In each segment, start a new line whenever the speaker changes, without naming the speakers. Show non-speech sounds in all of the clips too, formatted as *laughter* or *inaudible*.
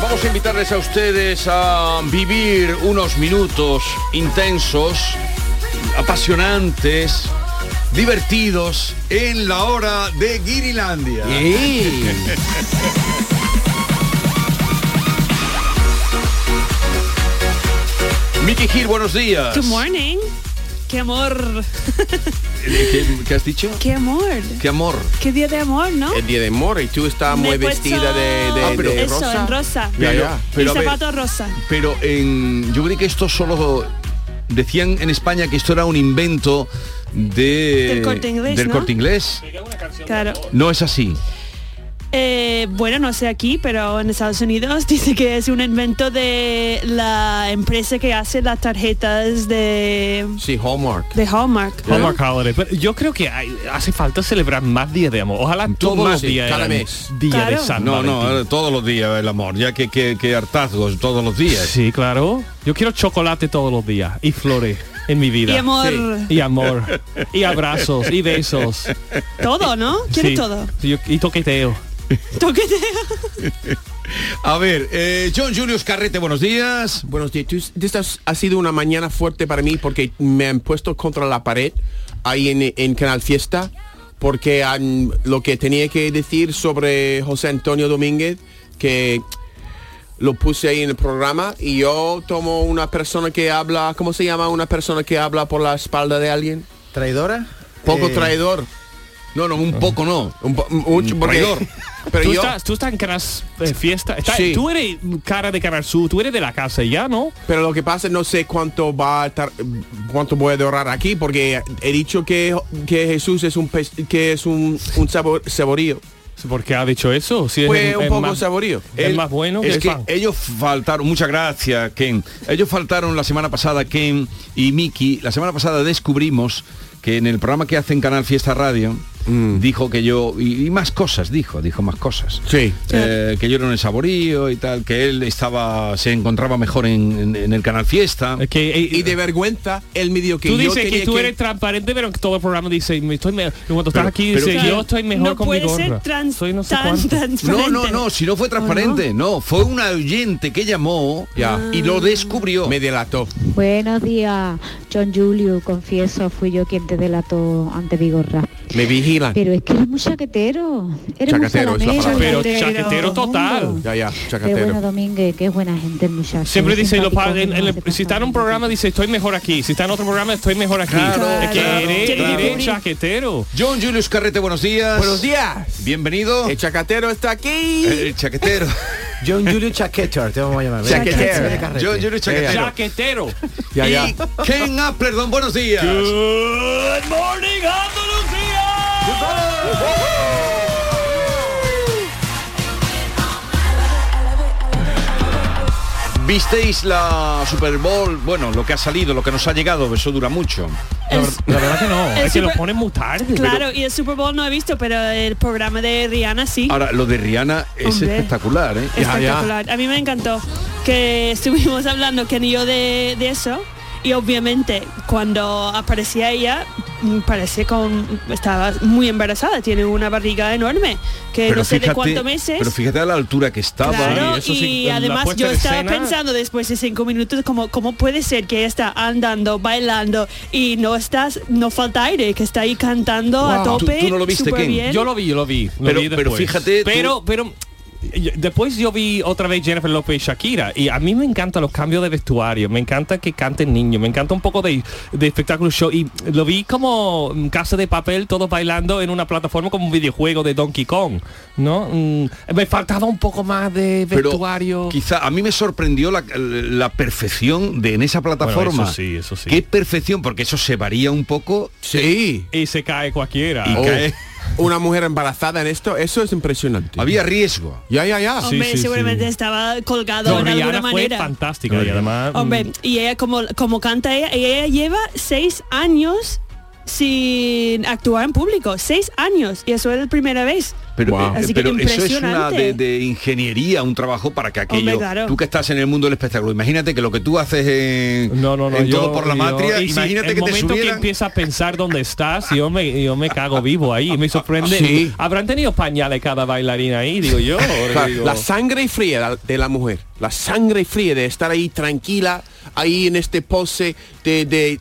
Vamos a invitarles a ustedes a vivir unos minutos intensos, apasionantes, divertidos en la hora de Guirilandia. *laughs* Miki Gil, buenos días.
Good morning. Qué amor.
Eh, ¿Qué, qué has dicho?
Qué amor.
Qué amor.
Qué día de amor, ¿no?
Eh,
El día de amor y tú estás
Me
muy
he puesto
vestida de,
Ah,
de- de
eso,
rosa.
en rosa.
Ya, ya. Pero a
y
ver.
zapato rosa.
Pero en, yo creí que esto solo decían en España que esto era un invento de
Del Corte Inglés,
eh, del
¿no?
Corte Inglés.
Claro.
No es así.
Eh, bueno, no sé aquí, pero en Estados Unidos *laughs* dice que es un invento de la empresa que hace las tarjetas de,
Sí, Hallmark.
de Hallmark. ¿no?
Hallmark Holiday. Pero yo creo que hay- hace falta celebrar más días de amor. Ojalá todos
más,
los
sí,
días
cada
eran
mes.
día de
Claro.
San
No, no,
Valentín.
ahora todos los días el amor, ya que, que, que hartazgos todos los días.
Sí, claro. Yo quiero chocolate todos los días y flores en mi vida.
Y amor.
Y amor. Y abrazos y
*laughs*
besos.
Eh,
Todo, ¿no? Quieres
Sí.
todo.
Yo- y toqueteo.
Toquete.
A ver, eh, John Julius Carrete, buenos días.
Buenos días. Tú- Esta ha sido una mañana fuerte para mí porque me han puesto contra la pared ahí en, en Canal Fiesta porque han- lo que tenía que decir sobre José Antonio Domínguez que lo puse ahí en el programa y yo tomo una persona que habla, ¿cómo se llama? Una persona que habla por la espalda de alguien.
¿Traidora?
Poco
Eh,
traidor.
No, no, un poco no.
Un, po- mucho porque-
traidor.
Pero
Mm, tú,
yo,
estás, tú estás en Canal eh, Fiesta. Estás-
Sí.
Tú eres cara de Canal Sur. Tú eres de la casa ya, ¿no?
Pero lo que pasa no sé cuánto va a tar- cuánto voy a durar aquí porque he dicho que, que Jesús es un pes- que es un, un sabor, saborío.
¿Por qué ha dicho eso? Si es
Fue
el-
un
el
poco
más-
saborío.
el más bueno que
es
el
que
pan.
ellos faltaron, muchas gracias Ken, ellos faltaron la semana pasada Ken y Miki, la semana pasada descubrimos que en el programa que hacen Canal Fiesta Radio,
Mm.
dijo que yo, y, y más cosas dijo, dijo más cosas.
Sí.
Eh, que yo era un saborío y tal, que él estaba, se encontraba mejor en, en- en el Canal Fiesta.
Es que, eh,
Y de vergüenza él me dijo que
Tú
yo
dices que
tenía
tú eres transparente, pero en todo el programa dice, "Me estoy me- cuando estás
Pero-
aquí
pero
dice,
que-
yo estoy mejor
no
con mi
puede
gorra.
ser trans,
Soy no sé
tan
cuánto".
No,
transparente.
no, no, si no fue transparente, no, fue una oyente que llamó
Ya.
y lo descubrió.
me delató.
Buenos días, John Julio. Confieso, fui yo quien te delató ante Vigorra.
Me vigilan.
Pero es que eres muy chaquetero. Eres
Chaquetero
muy
es la palabra.
salamero,
Pero
chaquetero,
chaquetero total.
Ya, ya,
Qué bueno,
chacatero.
Domínguez, qué buena gente el muchacho.
Siempre
Es
dice, lo
simpático,
padre, en-
no
en el-
se pasa
si está en un
nada.
programa dice, estoy mejor aquí. Si está en otro programa, estoy mejor aquí.
Claro,
es que
claro,
eres,
claro.
eres chaquetero.
John Julius Carrete, buenos días.
Buenos días.
Bienvenido.
El chacatero está aquí.
El
*laughs*
chaquetero.
John Julio Chaqueter, te vamos a llamar. ¿verdad?
Chaqueter.
Chaqueter de carrete.
John Julius Chaquetero.
Chaquetero.
Ya, ya.
Y Ken perdón, buenos días.
Good morning, Andalucía.
¿Visteis la Super Bowl? Bueno, lo que ha salido, lo que nos ha llegado, eso dura mucho.
La, ver- la verdad que no,
El
es que lo
super-
ponen muy tarde.
Claro, y el Super Bowl no he visto, pero el programa de Rihanna sí.
Ahora, lo de Rihanna es
Hombre.
espectacular, ¿eh?
Ya, ya.
Espectacular. A mí me encantó que estuvimos hablando Ken y yo de, de eso y obviamente cuando aparecía ella mm, parecía con estaba muy embarazada, tiene una barriga enorme, que no sé de cuántos meses.
Pero fíjate a la altura que estaba.
Claro, y además yo estaba pensando después de cinco minutos como cómo puede ser que ella está andando, bailando y no estás, no falta aire, que está ahí cantando a
Wow.
tope.
¿Tú- tú no lo viste, Ken?
superbién.
Yo lo vi, yo lo vi. lo
Pero-
vi
pero
después.
fíjate tú-
Pero, pero y- después yo vi otra vez Jennifer López y Shakira y a mí me encantan los cambios de vestuario, me encanta que canten niños, me encanta un poco de, de espectáculo show y lo vi como mm, casa de papel, todos bailando en una plataforma como un videojuego de Donkey Kong, ¿no? Mm, me faltaba un poco más de
Pero
vestuario.
quizá a mí me sorprendió la, la perfección de en esa plataforma.
eso sí, eso sí.
Qué perfección, porque eso se varía un poco Eh,
Sí.
y se cae cualquiera.
y
Oh.
cae.
Una mujer embarazada en esto, eso es impresionante.
Había riesgo.
Ya, ya,
Ah,
ya.
Hombre,
sí,
seguramente
sí.
estaba colgado
No,
de alguna
Rihanna fue
manera.
fantástica y además mm,
Hombre, y ella como, como canta ella, y ella lleva seis años sin actuar en público, seis años, y eso es la primera vez.
Pero,
Wow.
eh,
Así que
pero eso es una
impresionante.
de, de ingeniería, un trabajo para que aquello.
Hombre, claro.
Tú que estás en el mundo del espectáculo, imagínate que lo que tú haces en,
No, no, no.
en
yo-
todo por la
yo-
matria,
y si
imagínate
el
que te
momento que
subieran.
empieza a pensar dónde estás, yo me, yo me cago vivo ahí. Me sorprende.
Sí.
Habrán tenido pañales cada bailarina ahí, digo
*laughs*
yo.
Claro,
digo-
la sangre fría la- de la mujer, la sangre fría de estar ahí tranquila, ahí en este pose de, de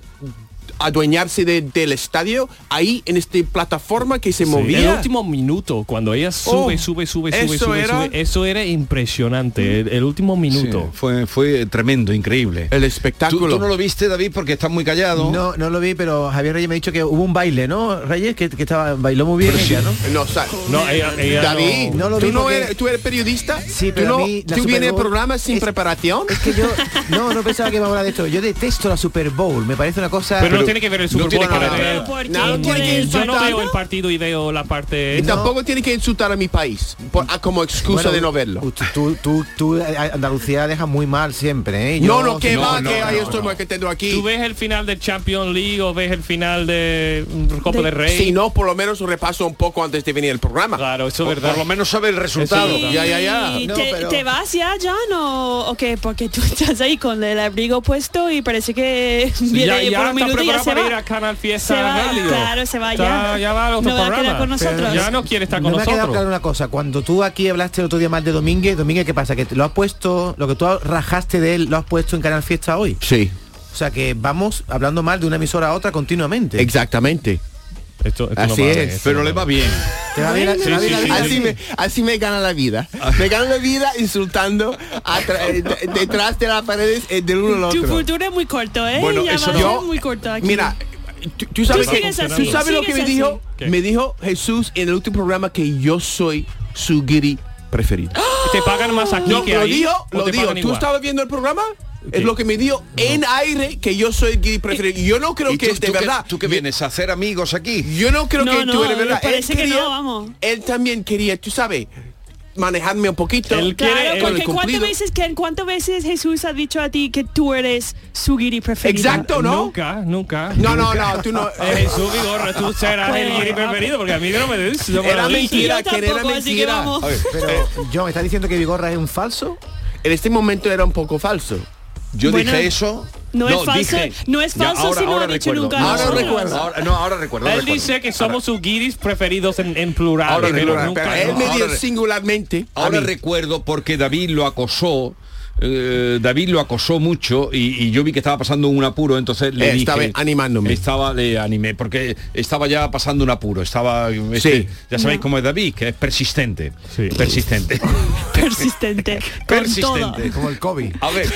adueñarse de- del estadio, ahí en esta plataforma que se
Sí, El
movía.
último minuto, cuando ella sube,
Oh,
sube, sube, sube,
eso
sube,
era-
sube, eso era impresionante. El, el último
Sí,
minuto.
fue, fue tremendo, increíble.
El
¿Tú,
espectáculo.
tú no lo viste, David, porque estás muy callado.
No, no lo vi, pero Javier Reyes me ha dicho que hubo un baile, ¿no? Reyes, que, que estaba, bailó muy bien ella, ¿no?
No, o sea,
No, ella- ella
David,
no lo
¿tú,
vi
no
porque-
eres, ¿tú eres periodista?
Sí,
¿Tú,
pero
no-
a mí la
tú
Super
vienes al
Bowl
programa sin
es-
preparación?
Es que yo no, no pensaba que iba a hablar de esto. Yo detesto la Super Bowl, me parece una cosa.
pero, no
pero
tiene que ver el
no
Super
tiene
Bowl para
nada que
ver.
Pero ¿por qué
no,
por
tiene que
el
Yo no
insultar.
veo el partido y veo la parte.
Y tampoco tiene que insultar a mi país por- ah, como excusa
¿Eh? Bueno,
de no verlo.
Tú, tú, tú, tú, eh, Andalucía deja muy mal siempre, ¿eh?
no,
Yo-
no, que
no,
va,
no,
que
no,
ahí
no.
estoy muy contento aquí.
¿Tú ves el final del Champions League o ves el final de mm, Copa
De-
del Rey?
Si no, por lo menos un repaso un poco antes de venir el programa.
Claro, eso es
Por,
verdad.
por lo menos sabe el resultado.
Sí. Ya, ya, ya.
¿Y
No,
te,
pero-
te vas ya, John? ¿O, o qué? Porque tú *laughs* estás ahí con el abrigo puesto y parece que
ya,
viene
ya
eh, por un
está
minuto y ya
preparado
se
para ir
va.
a Canal Fiesta
Se va,
Radio.
claro, se va
Está-
ya.
va a otro
No va a quedar
programa.
con nosotros.
Ya no quiere estar
No
con
me ha quedado
nosotros.
claro una cosa, cuando tú aquí hablaste el otro día mal de Domínguez, Domínguez, ¿qué pasa? Que te lo has puesto, lo que tú rajaste de él, lo has puesto en Canal Fiesta hoy.
Sí,
O sea que vamos hablando mal de una emisora a otra continuamente.
exactamente.
Esto- esto
Así
vale,
es.
esto
Pero
no
le
vale.
va bien.
Te va bien la- te va bien la vida,
Así
sí.
me, así me gana la vida. Me gana la vida insultando atra- eh, de- detrás de las paredes eh, del uno al
Tu
otro.
futuro es muy corto, ¿eh?
Bueno,
ya
eso
va a
no.
ser muy corto aquí.
Mira, tú, tú sabes,
Tú
que-
sigues
tú
así,
sabes lo que
sigues
me
así.
dijo.
¿Qué?
Me dijo Jesús en el último programa que yo soy su guiri preferido.
Te pagan más aquí
No,
que
lo
ahí,
dijo,
o
lo
te
dijo.
pagan
¿Tú
igual?
estabas viendo el programa?
¿Qué?
Es lo que me dijo en aire que yo soy el guiri preferido. Yo no creo
¿Y
que
tú,
es de
tú que-
verdad.
¿Tú que vienes a hacer amigos aquí?
Yo no creo
No,
que
no,
tú eres verdad.
me parece
él
que no,
quería,
vamos.
Él también quería, tú sabes, manejarme un poquito.
Él
Claro,
quiere-
con
porque
el
¿cuántas
cumplido.
veces, Ken, cuántas veces Jesús ha dicho a ti que tú eres su guiri preferido?
Exacto, ¿no?
Nunca, nunca.
No, no, no, tú no.
Eh, Jesús Vigorra,
Ah,
tú serás el guiri preferido porque a mí no me dices. no me Eh,
Era
lo dices.
mentira.
Pues, Yo
que era
tampoco, así que
mentira.
vamos.
Pero John, ¿estás diciendo que Vigorra es un falso?
En este momento era un poco falso.
Yo
Bueno,
dije eso.
no es falso- no es falso si no lo ha dicho nunca a
Ahora
nosotros.
recuerdo. Ahora, no, ahora recuerdo.
Él
recuerdo.
dice que
Ahora-
somos sus guiris preferidos en, en plural,
Ahora
pero
recuerdo,
nunca.
espera,
Él
no,
me
ahora
dio
re-
singularmente. a
Ahora
mí.
recuerdo porque David lo acosó. eh, David lo acosó mucho y, y yo vi que estaba pasando un apuro, entonces le
Eh, estaba
dije-
animándome.
Estaba, le animé, porque estaba ya pasando un apuro. Estaba, este,
Sí.
ya sabéis
No.
cómo es David, que es persistente.
Sí.
*laughs*
Persistente. *laughs*
Persistente. con todo.
persistente.
Como el COVID.
A ver,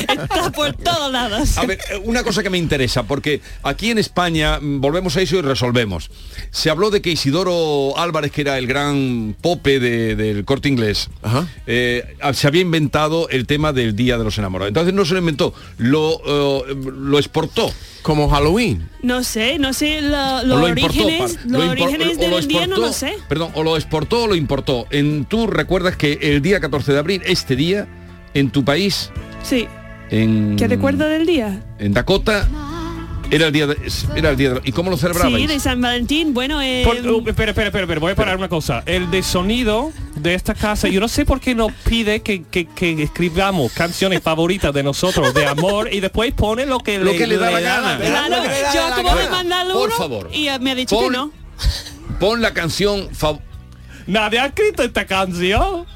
Está
*laughs*
por todos lados.
A ver, eh, una cosa que me interesa, porque aquí en España, mm, volvemos a eso y resolvemos. Se habló de que Isidoro Álvarez, que era el gran pope de- del corte inglés,
Ajá.
eh, ah, se había inventado el tema del Día de los Enamorados. Entonces no se lo inventó, lo, eh, lo exportó.
Como Halloween.
No sé, no sé lo-
o
los
lo importó,
orígenes,
para-
los
lo impor-
orígenes
o lo
del día no lo
exportó-
sé.
Perdón, o lo exportó o lo importó. En, tú recuerdas que el día 14 de abril, este día, en tu país,
Sí.
en...
¿Qué recuerdo del día?
en Dakota era el día de, era el día de- y cómo lo celebrabais
Sí, de San Valentín. Bueno, eh,
Por- uh, espera, espera, espera, espera, voy a parar una cosa. El de sonido de esta casa, yo no sé por qué nos pide que, que- que escribamos canciones favoritas de nosotros, de amor, y después pone lo que,
Lo que le da la gana.
claro,
Dale, dale,
yo
dale,
acabo de
dale.
mandarlo
Por
uno
favor.
y eh, me ha dicho
Pon-
que no.
pon la canción fav-
Nadie ha escrito esta canción.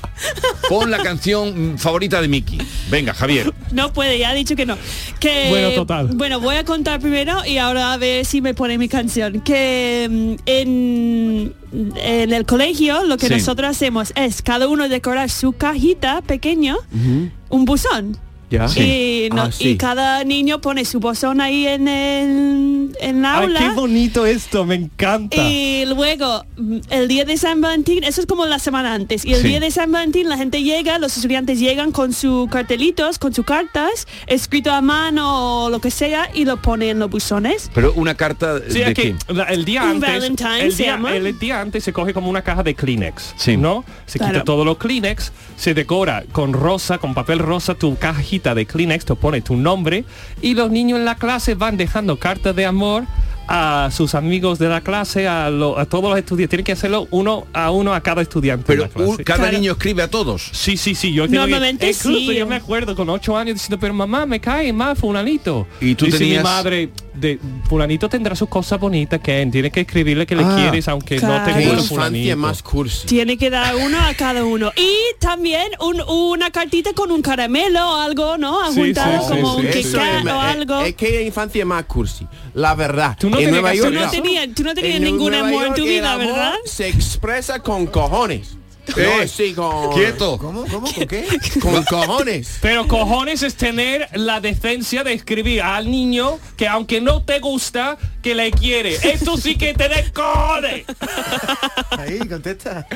Pon la canción mm, favorita de Miki. Venga, Javier.
No puede, ya ha dicho que no. Que,
Bueno, total.
Bueno, voy a contar primero y ahora a ver si me pone mi canción. Que mm, en, en el colegio lo que
Sí.
nosotros hacemos es cada uno decorar su cajita pequeño, un buzón.
¿Ya?
Y, no-
Ah, sí.
y cada niño pone su buzón ahí en el en la
Ay,
aula.
qué bonito esto, me encanta.
Y luego, mm, el día de San Valentín, eso es como la semana antes, y el
Sí.
día de San Valentín la gente llega, los estudiantes llegan con sus cartelitos, con sus cartas, escrito a mano o lo que sea, y lo ponen en los buzones.
Pero una carta
Sí,
de
es que
quién?
la- el día
Un
antes,
Valentine
el
se
día,
llama.
el día antes se coge como una caja de Kleenex,
Sí.
¿no? Se
Claro.
quita todos los Kleenex, se decora con rosa, con papel rosa tu cajita de Kleenex, te pones tu nombre y los niños en la clase van dejando cartas de amor a sus amigos de la clase, a, lo- a todos los estudiantes. Tienen que hacerlo uno a uno a cada estudiante.
Pero
en la clase.
un- cada
Claro.
niño escribe a todos.
Sí, sí, sí. Yo tengo que-
Normalmente
incluso
sí.
yo me acuerdo con ocho años diciendo, pero mamá, me cae más fulanito.
Y tú
Dice
tenías-
mi madre, de, fulanito tendrá sus cosas bonitas, que tiene que escribirle que le
Ah,
quieres, aunque no te
claro.
Qué
guste
infancia
fulanito.
más cursi.
Tiene que dar uno a cada uno. Y también un- una cartita con un caramelo o algo, ¿no? Ha
Sí,
juntado
sí, sí,
como
sí,
un
sí.
Kit
Eso
Kat
es,
o
eh,
algo.
Es, que la infancia es más cursi, la verdad.
Tú no
en
tenías
Nueva
que
York,
Tú
hacer
no
eso.
tenías, tú no tenías
en
ningún
Nueva
amor en
York
tu
el
vida,
amor *laughs*
¿verdad?
Se expresa con cojones.
Eh,
No, sí, con,
Quieto.
¿Cómo? ¿Cómo? ¿Con
*laughs*
qué?
con cojones.
Pero cojones es tener la decencia de escribir al niño que aunque no te gusta, que le quiere. Esto sí que tener cojones.
Ahí, contesta.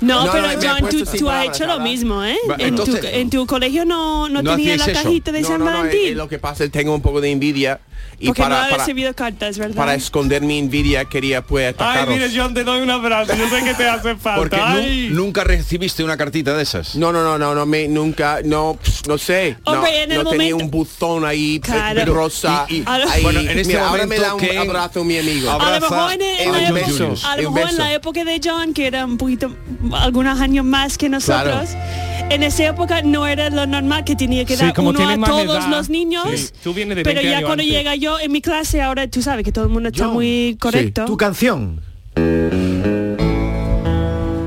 No,
No,
pero
no, me he
John, tú,
puesto sin
tú has
palabras,
hecho lo
¿verdad?
mismo, ¿eh?
Va,
En tu,
entonces-
en tu colegio no, no,
No
tenía la
hacíais eso.
cajita de
No,
San
no, no,
Valentín.
eh, lo que pasa es que tengo un poco de envidia y
porque no
para,
ha
para,
recibido cartas, ¿verdad?
para esconder mi envidia quería pues
Ay,
atacaros.
mira, John, te doy un abrazo. Yo sé que te hace
Porque
falta.
nu-
Ay.
nunca recibiste una cartita de esas.
No, no, no, no, no me nunca, no, pff, no sé. No,
Hombre, en el
no tenía
momento-
un buzón ahí eh,
Claro. Pero-
rosa.
y- y-
ahí.
Bueno, en este
Mira, ahora me
momento
da un
que-
abrazo mi amigo.
Abra-
a lo
abraza
mejor en, en
a
la
John
época-
Julius.
a lo
Un
mejor en la
beso.
época de John, que era un poquito, algunos años más que nosotros, en esa época no era lo normal que tenía que
Sí,
dar
como
uno
tiene
a
más
todos
edad.
los niños.
Sí, tú vienes de
pero
20
ya
años
cuando
antes.
llega yo en mi clase, ahora tú sabes que todo el mundo está
John,
muy correcto.
Tu canción.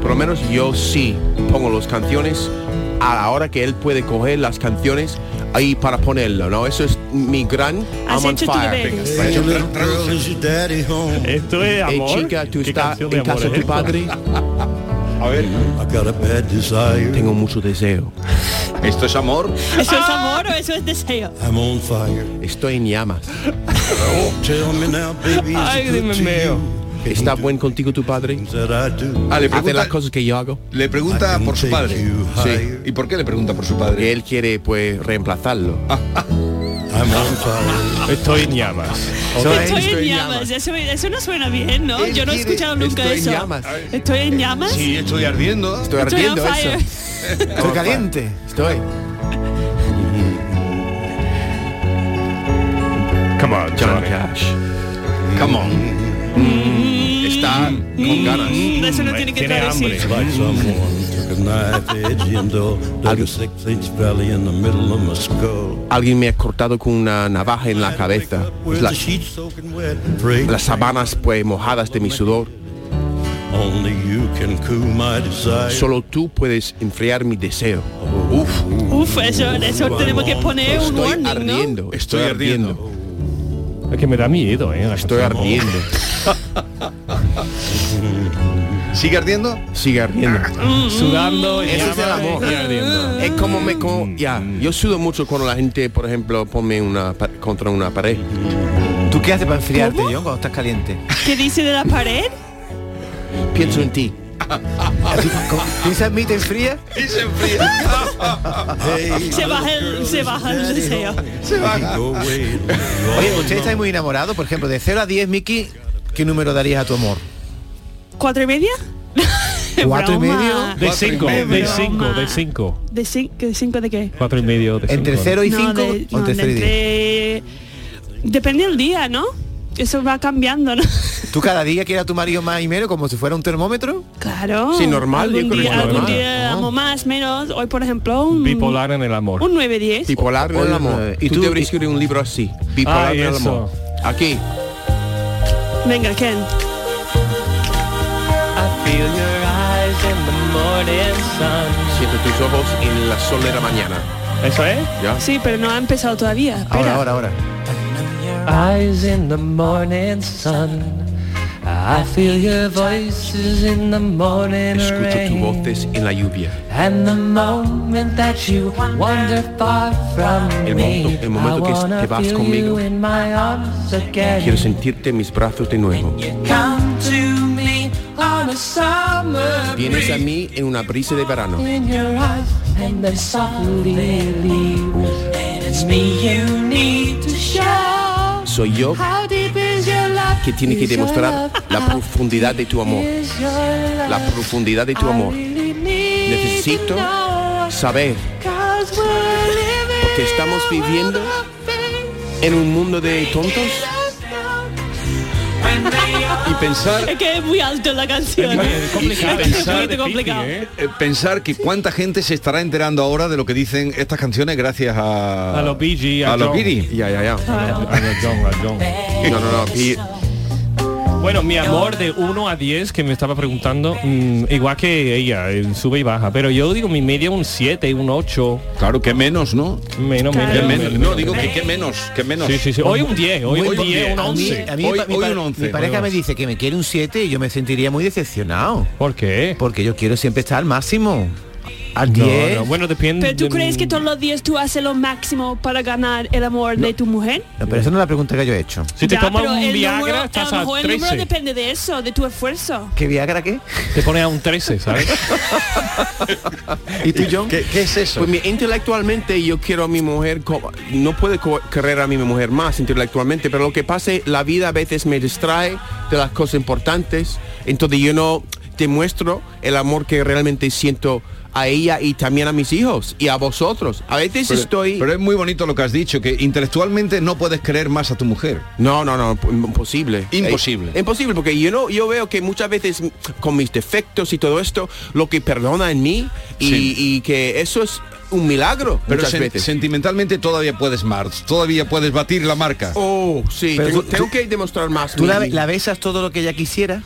Por lo menos yo sí pongo las canciones a la hora que él puede coger las canciones ahí para ponerlo, ¿no? Eso es mi gran
Has
I'm on
hecho tu
fire.
deber.
Venga,
Sí.
Frank.
Esto es
Hey,
amor.
chica, tú
¿Qué
estás
canción de
en
amor
casa
es
de tu
*laughs*
esto?
padre.
A ver,
Tengo mucho deseo.
esto es amor.
¿Eso es amor o eso es deseo?
Estoy en llamas.
Ay, dime meo.
¿Está buen contigo tu padre?
Ah, le
¿Hace
pregunta,
las cosas que yo hago?
le pregunta por su padre.
Sí.
¿Y por qué le pregunta por su padre? Ah,
Él quiere pues reemplazarlo.
Estoy en llamas.
Eso es-
Estoy en
en
llamas.
llamas.
Eso, eso no suena bien, ¿no?
Él
Yo no he
quiere-
escuchado nunca
estoy en
eso.
llamas.
Estoy en llamas.
Sí, estoy ardiendo.
Estoy
Estoy on
ardiendo
fire.
eso.
*laughs*
*laughs*
Estoy caliente.
Estoy.
Come on,
Johnny Cash.
Come on.
Está con ganas.
Mm, eso no tiene que
Tiene hambre.
traducir.
Like someone Mm. took a knife, edged him door, dug a six-inch valley in the middle of my skull.
Alguien me ha cortado con una navaja en la cabeza.
Where's
La-
the sheet soaking wet? Pray
las sabanas pues mojadas de mi sudor.
only you can cool my desire.
Solo tú puedes enfriar mi deseo.
Uf,
Uf, eso, eso tenemos que poner un
Estoy
warning, ¿no?
ardiendo. Estoy ardiendo.
Es que me da miedo, eh. la
Estoy
canción.
ardiendo.
*laughs*
¿Sigue ardiendo?
Sigue ardiendo.
Sudando. en
Ese es el
llamas
amor.
y ardiendo. Mm.
Es como me co- ya. Yo sudo mucho cuando la gente, por ejemplo, pone una pa- contra una pared.
¿Tú qué haces para enfriarte, John, cuando estás caliente?
¿Qué dice de la pared?
Pienso en ti.
Ah. *laughs*
¿Piensas en mí, te enfrías?
Y se enfría.
*laughs* Se baja el, se baja el deseo.
Go away.
Oye, ¿usted está muy enamorado? Por ejemplo, de 0 a 10, Miki, ¿qué número darías a tu amor?
¿Cuatro y media? *laughs*
¿Cuatro y
Broma.
medio?
De cinco,
y medio.
de cinco, de cinco.
¿De, cin- que de cinco de qué?
Cuatro y medio. De
¿Entre
cinco.
0 y
No,
5
de-
o
no,
entre
de
0 y 10?
entre- Depende del día, ¿no? Eso va cambiando, ¿no? *laughs*
¿Tú cada día quieres a tu marido más y menos como si fuera un termómetro?
Claro.
Sí, normal, yo
Oh, Algún
creo que
día,
es
algún
normal.
día amo más, menos. Hoy, por ejemplo, un, un
Mm. Bipolar en el amor.
9-10.
Bipolar en el
Oye,
amor.
eh, ¿y
Y tú,
tú-
deberías escribir un libro así. Bipolar
Ay,
en el
Ah, eso.
amor. Aquí.
Venga, Ken.
I
feel your eyes in the morning sun.
Siento tus ojos en la sol de la mañana.
¿Eso es?
¿Ya?
Sí, pero no ha empezado todavía. Espera.
ahora, ahora.
Eyes in the morning sun. I feel your voices in the morning
Escucho tus
rain.
voces en la lluvia.
And the moment that you wander far from
El
me,
momento- el momento
I
que
wanna
te vas
feel you
conmigo.
in my arms again.
Quiero sentirte en mis brazos de nuevo.
Come to me on a summer
Vienes a
breeze.
mí en una brisa de verano.
in your eyes and then softly they leave. And it's me you need to show.
Soy yo
How deep is your love?
que tiene que
Is your
demostrar
love?
la
How
profundidad de tu amor.
is your love?
La profundidad de tu
I
amor.
really need to
Necesito
know,
Saber
'cause we're living
Porque estamos
in a
viviendo
world of things
en un mundo de
we
tontos
just don't- When they are
Y pensar,
Es que es muy alto la canción.
Es complicado.
Y pensar-
es un poquito complicado.
Difícil,
eh, pensar que cuánta gente se estará enterando ahora de lo que dicen estas canciones gracias a,
A los Bee Gees, a
a los
John.
Bee Gees.
Ya, ya, ya.
A los John, a John.
No, no, no. y-
Bueno, mi amor de 1 a 10 que me estaba preguntando, mm, igual que ella, eh, sube y baja, pero yo digo mi media un 7, un 8,
Claro, que menos, ¿no?
menos,
Claro.
Que
menos,
menos.
menos,
No,
menos.
digo que qué menos, que menos.
Sí, sí, sí. Hoy un 10, Eh, hoy, un 10, un
A mí,
11.
a mí
Hoy-
pa- mi,
hoy
pa-
un once.
mi pareja
Hoy
me
once.
dice que me quiere un 7 y yo me sentiría muy decepcionado.
¿Por qué?
Porque yo quiero siempre estar al máximo. Al
No,
10.
no, bueno, depende.
Pero tú
de-
crees que todos los días tú haces lo máximo para ganar el amor de tu mujer?
No, pero esa no es la pregunta que yo he hecho.
Si te
Ya,
tomas
pero
un
el
Viagra,
número-
estás
a lo
a
mejor el número
13.
depende de eso, de tu esfuerzo.
¿Qué Viagra qué?
Te pones a un 13, ¿sabes?
¿Y tú, John?
¿Qué, qué es eso?
Pues mi- intelectualmente yo quiero a mi mujer, co- no puede co- querer a mi mujer más intelectualmente, pero lo que pase, la vida a veces me distrae de las cosas importantes, entonces yo no demuestro el amor que realmente siento a ella y también a mis hijos y a vosotros. A veces
Pero-
estoy...
Pero es muy bonito lo que has dicho, que intelectualmente no puedes creer más a tu mujer.
No, no, no, p- imposible.
Imposible.
Eh, imposible, porque yo no, yo veo que muchas veces m- con mis defectos y todo esto, lo que perdona en mí y,
Sí.
y que eso es un milagro
Pero
muchas
sen-
veces.
sentimentalmente todavía puedes más, todavía puedes batir la marca.
Oh, sí,
Pero
tengo,
tú-
tengo
tú-
que demostrar más.
¿Tú
mi-
la, la besas todo lo que ella quisiera?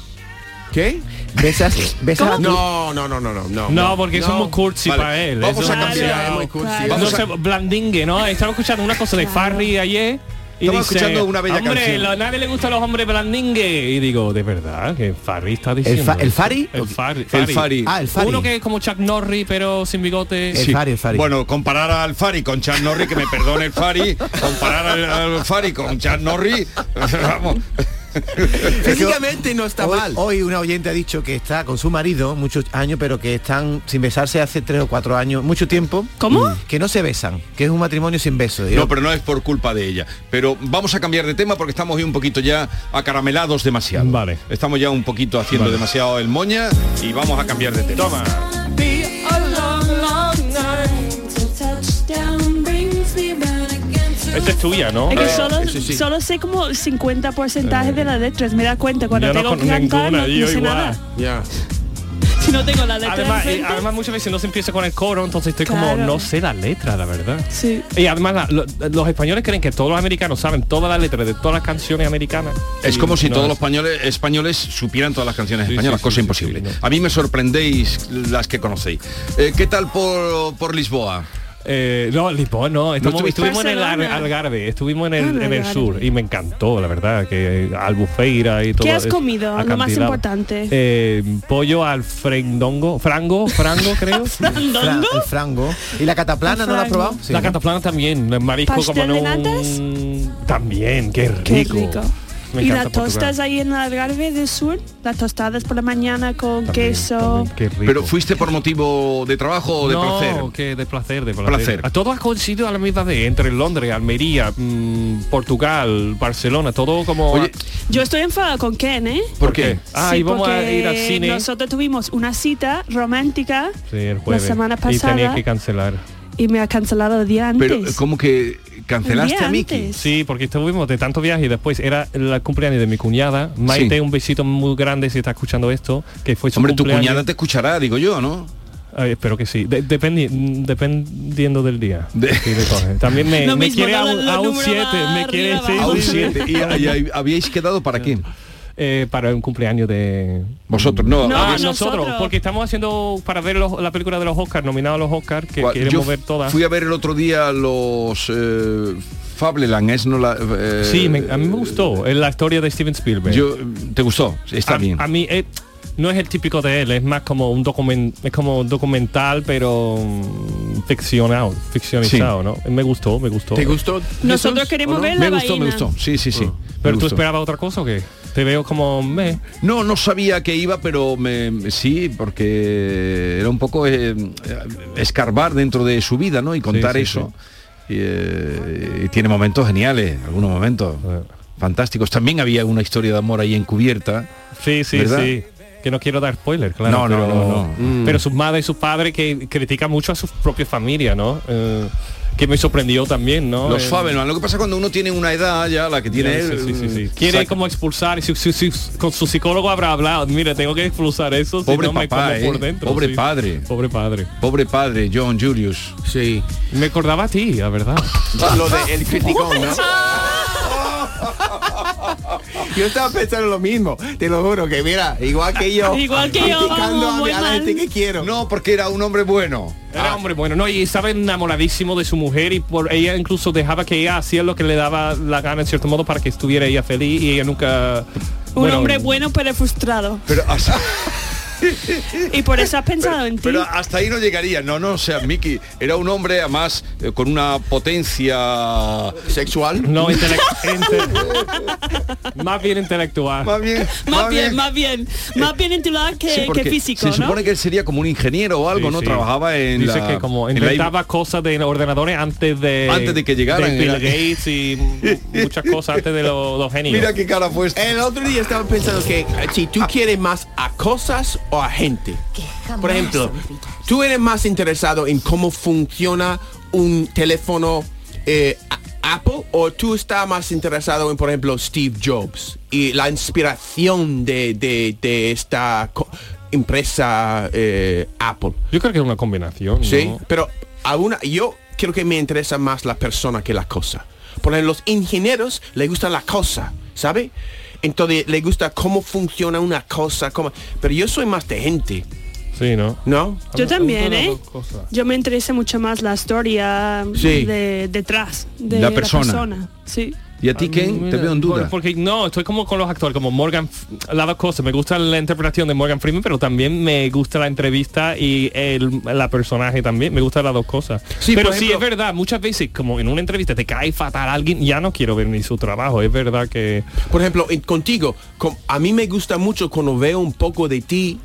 ¿Qué?
¿Besas, besas a tu-
No, no, no, no, no, no.
No, porque
no.
somos cursi
Vale,
para él.
vamos
eso
a
es
cambiar,
demasiado.
es muy cursi.
Claro.
Vamos
No sé, blandingue, ¿no? Estaba escuchando una cosa de Farri ayer. Y
Estaba
dice,
escuchando una bella
hombre,
canción".
lo- a nadie le gustan los hombres blandingue. Y digo, de verdad, que Farri está diciendo.
fa- el
eso?
¿Eh?
Farri?
El Farri.
El Fari.
Ah, el Fari.
Uno que es como Chuck Norris, pero sin bigote.
El Fari, el Fari.
Bueno, comparar al Fari con Chad Norris, que me perdone el Fari, comparar al, al Fari con Chad Norris, *laughs* vamos.
*laughs*
Físicamente no está
hoy,
mal.
hoy una oyente ha dicho que está con su marido muchos años, pero que están sin besarse hace tres o cuatro años, mucho tiempo.
¿Cómo?
Mm. Que no se besan, que es un matrimonio sin besos.
No, pero no es por culpa de ella. Pero vamos a cambiar de tema porque estamos hoy un poquito ya acaramelados demasiado.
Vale.
Estamos ya un poquito haciendo demasiado el moña y vamos a cambiar de tema. Toma.
Esta es tuya, ¿no? Eh,
Es que solo,
eso sí.
solo sé como el 50% de las letras, me da cuenta. Cuando
Yo no
tengo
con
que cantar,
ninguna,
no,
yo
no sé
igual.
nada.
Ya.
Si no tengo la letra
Además, eh,
enfrente.
además muchas veces no se empieza con el coro, entonces estoy como,
Claro.
no sé la letra, la verdad.
Sí.
Y además la- lo- los españoles creen que todos los americanos saben todas las letras de todas las canciones americanas.
Es
Y
como si
no
todos
es-
los españoles, españoles supieran todas las canciones
Sí, sí,
españolas,
sí,
cosa
sí,
imposible.
sí, sí,
A mí me sorprendéis las que conocéis. Eh, ¿Qué tal por, por Lisboa?
Eh, no, Lisboa no. Estamos-
estuviste?
estuvimos en el Al-
Barcelona.
Algarve, estuvimos en el,
Ah,
en el
Algarve.
sur y me encantó, la verdad, que albufeira y todo.
has
es-
comido? Lo más
acantilado.
importante. *laughs*
Eh, pollo al frendongo, frango, frango creo.
Fra-
¿Andongo?
el frango. ¿Y la cataplana
El
no la has
frango.
probado? Sí.
La cataplana también, el marisco
¿Pastel
como en
de
un... También, qué rico.
Qué rico.
Me
y
encanta
las
Portugal.
tostas ahí en el Algarve del Sur, las tostadas por la mañana con
También,
queso.
también, qué rico.
¿Pero fuiste por motivo de trabajo o de
no,
placer?
que de placer, de placer.
Placer.
A todo ha coincidido a la misma vez, entre Londres, Almería, mm, Portugal, Barcelona, todo como...
Oye,
Yo estoy enfadada con Ken, ¿eh?
¿por qué?
Ah,
Sí,
y vamos a
porque
ir al cine.
Nosotros tuvimos una cita romántica
Sí, el jueves.
la semana
Y tenía
pasada
que cancelar.
y me ha cancelado el día antes.
Pero como que cancelaste a Miki.
Sí, porque estuvimos de tanto viaje y después era el cumpleaños de mi cuñada. Maite,
Sí.
un besito muy grande si está escuchando esto, que fue su
Hombre, tu
cumpleaños.
cuñada te escuchará, digo yo, ¿no?
Ay, espero que sí. De- dependi- mm, dependiendo del día.
De-
Sí, le coge. Eh, También me,
Lo
me
mismo,
quiere a
dale
un
el número
7.
más
Me quiere
arriba,
sí,
abajo.
sí, sí. *laughs*
¿Y, y- y habíais quedado para quién?
eh, para un cumpleaños de...
Vosotros, *laughs* no.
Ah,
habéis-
nosotros, porque estamos haciendo para ver los- la película de los Oscars, nominada a los Oscars, que
Cual- yo
queremos ver todas.
Fui a ver el otro día los eh, Fableland, es no la. eh,
Sí, me- a mí me gustó. Es la historia de Steven Spielberg.
Yo- ¿Te gustó? Está
a,
bien.
A mí eh, no es el típico de él, es más como un document, es como un documental, pero mm, ficcionado, ficcionizado, ¿no? Me gustó, me gustó.
¿Te gustó?
Nosotros Jesús, queremos o no? ver
Me
la
gustó, me
vaina.
gustó. Sí, sí, sí. Me
Pero tú
gustó.
esperabas otra cosa o qué? Te veo como me.
No, no sabía que iba, pero me, sí, porque era un poco eh, escarbar dentro de su vida, ¿no? Y contar
sí,
eso. Y, eh, y tiene momentos geniales, algunos momentos
Eh.
fantásticos. También había una historia de amor ahí encubierta.
Sí, sí,
¿verdad?
sí. Que no quiero dar spoiler, claro.
No, no,
pero, Mm.
no, no.
Pero sus madres y sus padres que critican mucho a su propia familia, ¿no? Eh, que me sorprendió también, ¿no?
Los
Eh,
Fabelman. Lo que pasa cuando uno tiene una edad ya, la que tiene
Sí,
él,
sí, sí, sí.
saca-
Quiere como expulsar, y su- su- su- con su psicólogo habrá hablado, mire, tengo que expulsar eso, si
Pobre
no me
papá,
como por
¿eh?
dentro,
pobre
sí.
padre.
Pobre padre.
Pobre padre, John Julius.
Sí.
Me acordaba a ti, la
*laughs*
verdad.
Lo de el
*laughs*
criticón, ¿no? Yo estaba pensando lo mismo, te lo juro, que mira, igual que yo.
*laughs* Igual que yo,
Criticando
vamos,
a,
muy
a la
mal.
gente que quiero.
No, porque era un hombre bueno.
Era hombre bueno, no, y estaba enamoradísimo de su mujer y por ella incluso dejaba que ella hacía lo que le daba la gana en cierto modo para que estuviera ella feliz y ella nunca...
Un hombre bueno pero frustrado.
Pero hasta,
Y por eso has pensado
*laughs*
en ti.
pero hasta ahí no llegaría. No, no, o sea, Mickey era un hombre además eh, con una potencia *laughs*
¿Sexual?
No, *laughs* intele- inte- *laughs* más bien intelectual.
más bien,
más bien, más bien. Más bien intelectual que,
Sí,
que
porque
físico,
se
¿no?
supone que él sería como un ingeniero o algo,
Sí,
¿no?
sí.
Trabajaba en
Dice
la-
que como
en la-
inventaba cosas de ordenadores antes de...
Antes de que llegaran,
de Bill
era-
Gates
*laughs*
y mu- muchas cosas antes de lo- los genios.
Mira qué cara puesta.
El otro día estaba pensando que eh, si tú quieres más a cosas o a gente. Por ejemplo, tú eres más interesado en cómo funciona un teléfono eh, a- Apple o tú estás más interesado en, por ejemplo, Steve Jobs y la inspiración de, de- de esta co- empresa eh, Apple.
Yo creo que es una combinación.
Sí,
¿no?
pero a una, yo creo que me interesa más la persona que la cosa. Por ejemplo, los ingenieros les gusta la cosa, ¿sabe? Entonces les gusta cómo funciona una cosa, cómo, pero yo soy más de gente,
Sí, ¿no?
¿no?
Yo también,
Alguna de
¿eh?
las dos cosas.
Yo me interesa mucho más la historia
Sí.
de detrás de
La persona.
Sí.
¿Y a ti, Ken? Te veo en duda.
Bueno, Porque no, estoy como con los actores, como Morgan, la dos cosas, me gusta la interpretación de Morgan Freeman, pero también me gusta la entrevista y el la personaje también, me gustan las dos cosas.
Sí,
pero
por
sí, es
ejemplo-
verdad, muchas veces como en una entrevista te cae fatal alguien, ya no quiero ver ni su trabajo, es verdad que...
Por ejemplo, en- contigo, com- a mí me gusta mucho cuando veo un poco de ti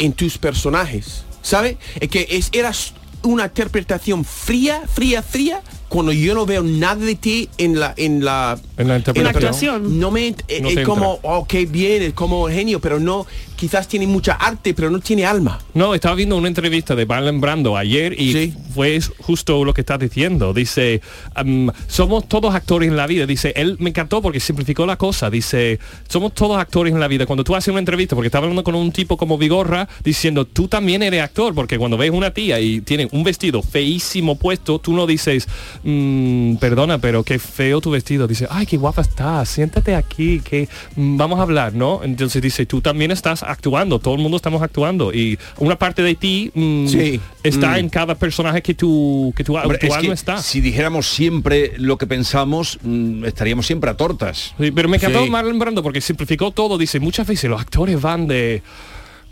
en tus personajes, ¿sabe? Es que es, eras una interpretación fría, fría, fría, cuando yo no veo nada de ti en la en la
En la interpretación.
actuación.
No me ent- eh,
No
es
te
como, oh, qué bien, es como genio, pero no, quizás tiene mucha arte, pero no
*laughs*
tiene alma.
No, estaba viendo una entrevista de Marlon Brando ayer y
Sí.
fue justo lo que estás diciendo. Dice, am, somos todos actores en la vida. Dice, él me encantó porque simplificó la cosa. Dice, somos todos actores en la vida. Cuando tú haces una entrevista, porque estaba hablando con un tipo como Vigorra, diciendo, tú también eres actor, porque cuando ves una tía y tiene un vestido feísimo puesto, tú no dices, "Mm, perdona, pero qué feo tu vestido. Dice, ay, qué guapa estás, siéntate aquí, que mm, vamos a hablar, ¿no? Entonces dice, tú también estás actuando, todo el mundo estamos actuando. Y una parte de ti mm,
Sí.
está en cada personaje que tú que tú,
Hombre,
tu
es
alma
que
está.
Si dijéramos siempre lo que pensamos, mm, estaríamos siempre a tortas.
Sí, pero me encantó
Sí.
Marlon Brando porque simplificó todo. Dice, muchas veces los actores van de...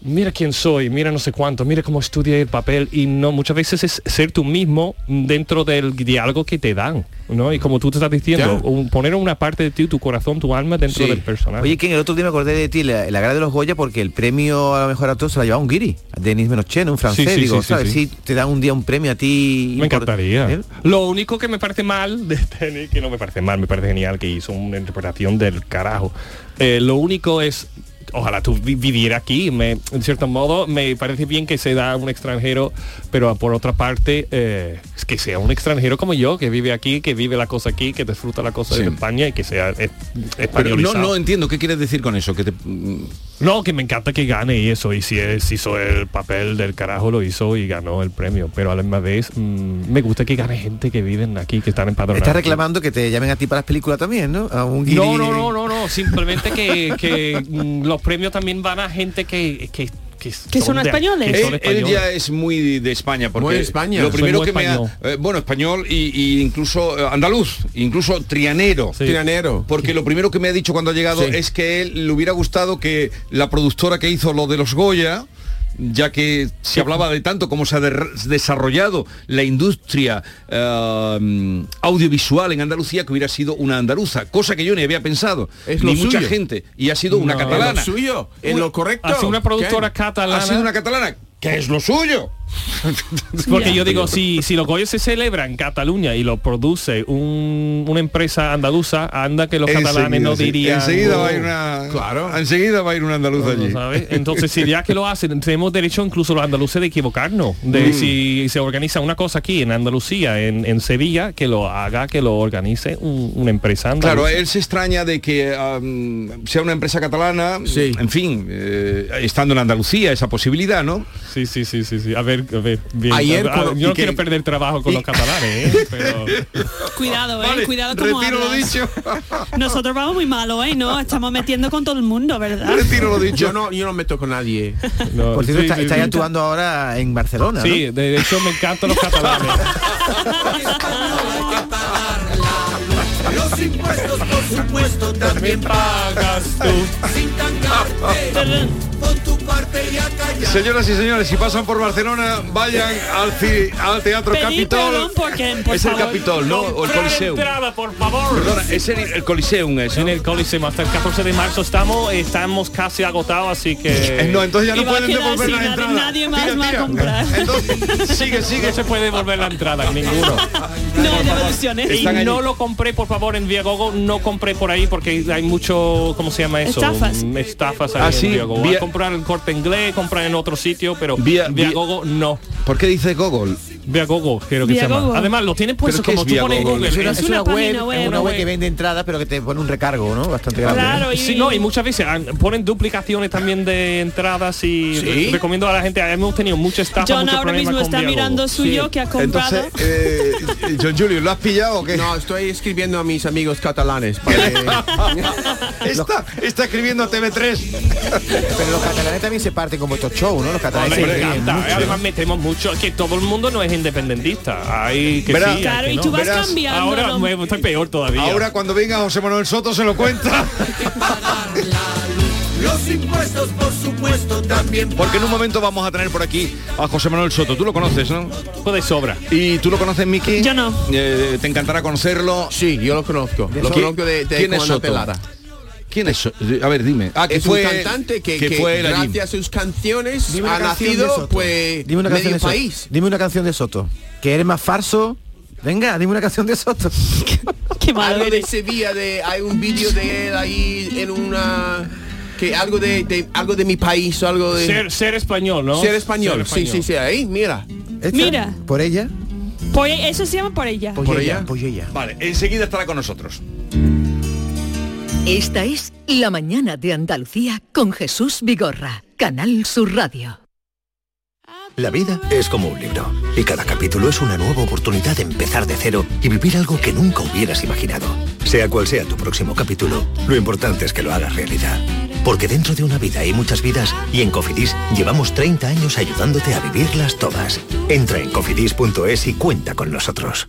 Mira quién soy, mira no sé cuánto, mira cómo estudia el papel y no, muchas veces es ser tú mismo dentro del diálogo que te dan, ¿no? Y como tú te estás diciendo,
Ya.
un- poner una parte de ti, tu corazón, tu alma dentro
Sí.
del personaje.
Oye, que en el otro día me acordé de ti, la, la gala de los Goya, porque el premio a la mejor actor se la llevaba un guiri, a Denis Menochet, un francés,
Sí, sí,
digo,
sí, sí,
¿sabes?
sí.
Si te dan un día un premio a ti...
me
por-
encantaría.
¿Eh?
Lo único que me parece mal de Tenis, que no me parece mal, me parece genial que hizo una interpretación del carajo. Eh, lo único es, ojalá tú vi- viviera aquí. Me, en cierto modo, me parece bien que se da a un extranjero, pero por otra parte, eh, es que sea un extranjero como yo, que vive aquí, que vive la cosa aquí, que disfruta la cosa
Sí.
de España y que sea es-
Pero no,
españolizado.
no entiendo qué quieres decir con eso, que te, mm,
No, que me encanta que gane y eso, y si es, hizo el papel del carajo, lo hizo y ganó el premio. Pero a la misma vez mm, me gusta que gane gente que viven aquí, que están empadronados.
Estás reclamando que te llamen a ti para las películas también, ¿no? A un guiri-
No, no, no, no, no. Simplemente que, que, mm, los premios también van a gente que... que que,
son
de- que son
Él, él
españoles.
ya es muy de España, porque
Muy de España.
lo
Soy
primero
muy
que me ha,
español.
eh, bueno, español y, y incluso eh, andaluz, incluso trianero,
Trianero.
porque lo primero que me ha dicho cuando ha llegado
Sí.
es que él le hubiera gustado que la productora que hizo lo de los Goya ya que se hablaba de tanto cómo se ha der- desarrollado la industria eh, audiovisual en Andalucía, que hubiera sido una andaluza, cosa que yo ni había pensado,
Es
ni
lo
mucha
suyo.
gente, y ha sido una
No.
catalana.
Es lo suyo, es
Uy,
lo correcto. Ha sido una productora
¿Qué?
catalana.
Ha sido una catalana, que es lo suyo.
Porque yo digo, si, si los Goyos se celebran en Cataluña y lo produce un- una empresa andaluza, anda que los catalanes
Enseguida,
no
sí.
dirían...
Enseguida va a ir
"Oh".
una. Claro. Enseguida va a ir una andaluza allí.
¿sabes? Entonces, si ya que lo hacen, tenemos derecho incluso los andaluces de equivocarnos. De
Mm.
si se organiza una cosa aquí en Andalucía, en, en Sevilla, que lo haga, que lo organice un- una empresa andaluza.
Claro, eh, él se extraña de que am, sea una empresa catalana, en fin, eh, estando en Andalucía esa posibilidad, ¿no?
Sí, sí, sí, sí, sí. A ver, a ver, bien.
Ayer
A- a-
con-
yo no
y que-
quiero perder trabajo con
y-
los catalanes, ¿eh? pero
Cuidado, eh,
Vale,
cuidado como
retiro lo dicho.
*laughs* Nosotros vamos muy malo, eh, no, estamos metiendo con todo el mundo, ¿verdad?
Yo no, yo no meto con nadie.
No,
Por cierto,
sí,
está-
sí,
estáis
sí.
actuando ahora en Barcelona.
Sí, de hecho me encantan los catalanes.
Los impuestos, por supuesto, también pagas tú. Sin tangarte, con tu parte ya callado.
Señoras y señores, si pasan por Barcelona, vayan al, ci- al Teatro
Pedid
Capitol.
perdón porque, por
es el
favor,
Capitol, ¿no? O el
comprar
Coliseum.
entrada, por favor.
*laughs* Perdona, es el, el Coliseum eso.
En el Coliseum hasta el 14 de marzo estamos, estamos casi agotados, así que
Eh, No, entonces ya no pueden devolver
sin
la
nadie-
entrada.
nadie más
Tira,
va a
tira.
*laughs*
comprar.
Entonces, sigue, sigue.
No se puede devolver la entrada, ninguno.
No hay devoluciones.
Y no lo compré, por favor, en Viagogo, no compré por ahí porque hay mucho, ¿cómo se llama eso?
Estafas.
Mm, Estafas ahí en
Así,
Viagogo.
vía-
A comprar el corte inglés, comprar en otro sitio, pero
Vía- vía-
Viagogo no.
¿Por qué dice Google?
Viagogo, creo que se llama.
Viagogo.
Además, lo tienes puesto
¿Pero qué
como
es
tú pones en
Viagogo?
Google.
Es una,
Es
es
una
una web,
web,
es una
una
web
web.
que vende entradas, pero que te pone un recargo, ¿no? Bastante grande.
Sí, no, y muchas veces ah, ponen duplicaciones también de entradas y re- recomiendo a la gente, hemos tenido mucha estafa,
John
mucho
ahora
problema
mismo
con
está
Viagogo.
mirando suyo que ha comprado.
Entonces,
John Julio, ¿lo has pillado o qué?
No, estoy escribiendo a mis amigos catalanes. para que-
está, está escribiendo a TV3.
Pero los catalanes también se parten como estos shows, ¿no? Los catalanes
Hombre,
se
me
ríen
encanta. eh,
mucho.
Además metemos mucho, es que todo el mundo no es independentista. Hay que
Verás-
sí, hay
Claro,
que
y
no.
tú vas Verás- cambiando,
Ahora
¿no?
me- estoy peor todavía.
Ahora cuando venga José Manuel Soto se lo cuenta.
Los impuestos, por supuesto, también
Porque en un momento vamos a tener por aquí a José Manuel Soto. Tú lo conoces, ¿no?
Puede sobra.
¿Y tú lo conoces, Miki?
Yo no.
Eh, ¿Te encantará conocerlo?
Sí, yo lo conozco. Lo conozco de- de
¿Quién es
Juana
Soto?
Pelara.
¿Quién es Soto? A ver, dime. Ah, que
es
fue
un cantante que, que
fue el
gracias
allí.
a sus canciones
Dime una
ha
canción de
nacido
Soto.
pues
Dime una canción
medio
de Soto.
país.
Dime una canción de Soto. Que eres más farso. Venga, dime una canción de
*laughs*
Soto. *laughs*
Qué
algo de Sevilla, de, hay un vídeo de él ahí en una que algo de, de- algo de mi país o algo de
Ser, ser español, ¿no?
Ser español, sí, sí, sí, ahí, mira.
Mira.
Por ella.
Por e- eso se llama por ella.
Por ella.
Pues ella.
Vale, enseguida estará con nosotros.
Esta es La mañana de Andalucía con Jesús Vigorra, Canal Sur Radio.
La vida es como un libro y cada capítulo es una nueva oportunidad de empezar de cero y vivir algo que nunca hubieras imaginado. Sea cual sea tu próximo capítulo, lo importante es que lo hagas realidad. Porque dentro de una vida hay muchas vidas y en Cofidis llevamos 30 años ayudándote a vivirlas todas. Entra en cofidis.es y cuenta con nosotros.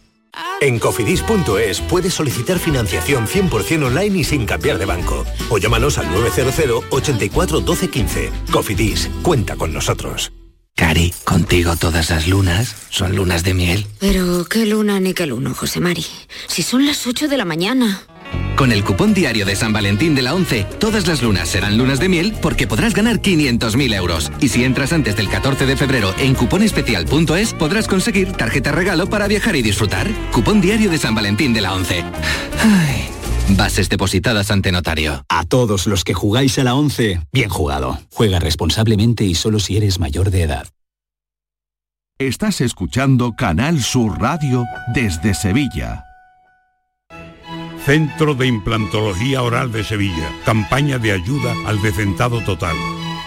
En cofidis.es puedes solicitar financiación 100% online y sin cambiar de banco. O llámanos al 900 84 12 15. Cofidis, cuenta con nosotros.
Cari, contigo todas las lunas son lunas de miel.
Pero qué luna ni qué luno, José Mari. Si son las 8 de la mañana.
Con el cupón diario de San Valentín de la 11, todas las lunas serán lunas de miel porque podrás ganar 500.000 euros. Y si entras antes del 14 de febrero en cuponespecial.es, podrás conseguir tarjeta regalo para viajar y disfrutar. Cupón diario de San Valentín de la 11. Ay. Bases depositadas ante notario.
A todos los que jugáis a la 11, bien jugado. Juega responsablemente y solo si eres mayor de edad.
Estás escuchando Canal Sur Radio desde Sevilla.
Centro de Implantología Oral de Sevilla. Campaña de ayuda al decentado total.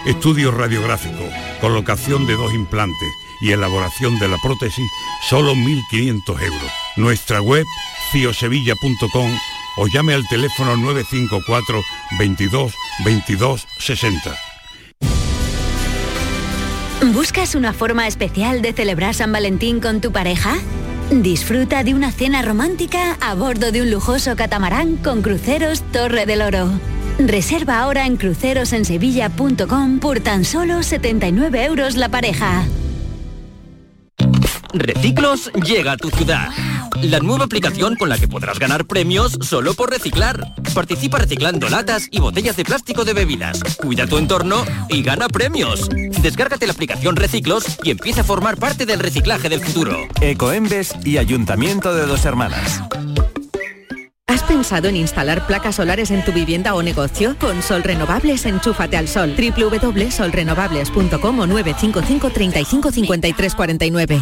Estudio radiográfico, colocación de dos implantes y elaboración de la prótesis, solo 1.500 euros. Nuestra web, ciosevilla.com o llame al teléfono 954 22 22 60.
¿Buscas una forma especial de celebrar San Valentín con tu pareja? Disfruta de una cena romántica a bordo de un lujoso catamarán con cruceros Torre del Oro. Reserva ahora en crucerosensevilla.com por tan solo 79 euros la pareja.
Reciclos llega a tu ciudad. La nueva aplicación con la que podrás ganar premios solo por reciclar. Participa reciclando latas y botellas de plástico de bebidas. Cuida tu entorno y gana premios. Descárgate la aplicación Reciclos y empieza a formar parte del reciclaje del futuro.
Ecoembes y Ayuntamiento de Dos Hermanas.
¿Has pensado en instalar placas solares en tu vivienda o negocio? Con Sol Renovables, enchúfate al sol. www.solrenovables.com o 955 35 53 49.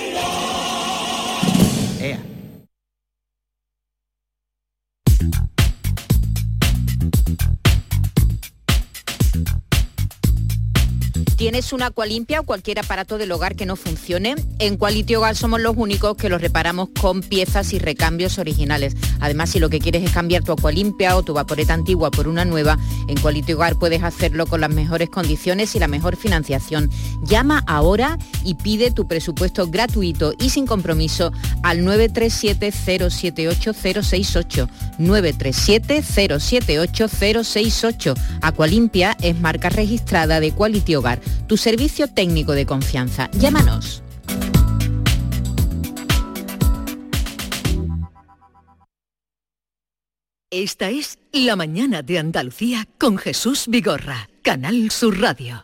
Ea.
¿Tienes una agua limpia o cualquier aparato del hogar que no funcione? En Quality Hogar somos los únicos que los reparamos con piezas y recambios originales. Además, si lo que quieres es cambiar tu agua limpia o tu vaporeta antigua por una nueva, en Quality Hogar puedes hacerlo con las mejores condiciones y la mejor financiación. Llama ahora y pide tu presupuesto gratuito y sin compromiso al 937-078-068. 937-078-068. Aqualimpia es marca registrada de Quality Hogar tu servicio técnico de confianza. Llámanos.
Esta es La mañana de Andalucía con Jesús Vigorra, Canal Sur Radio.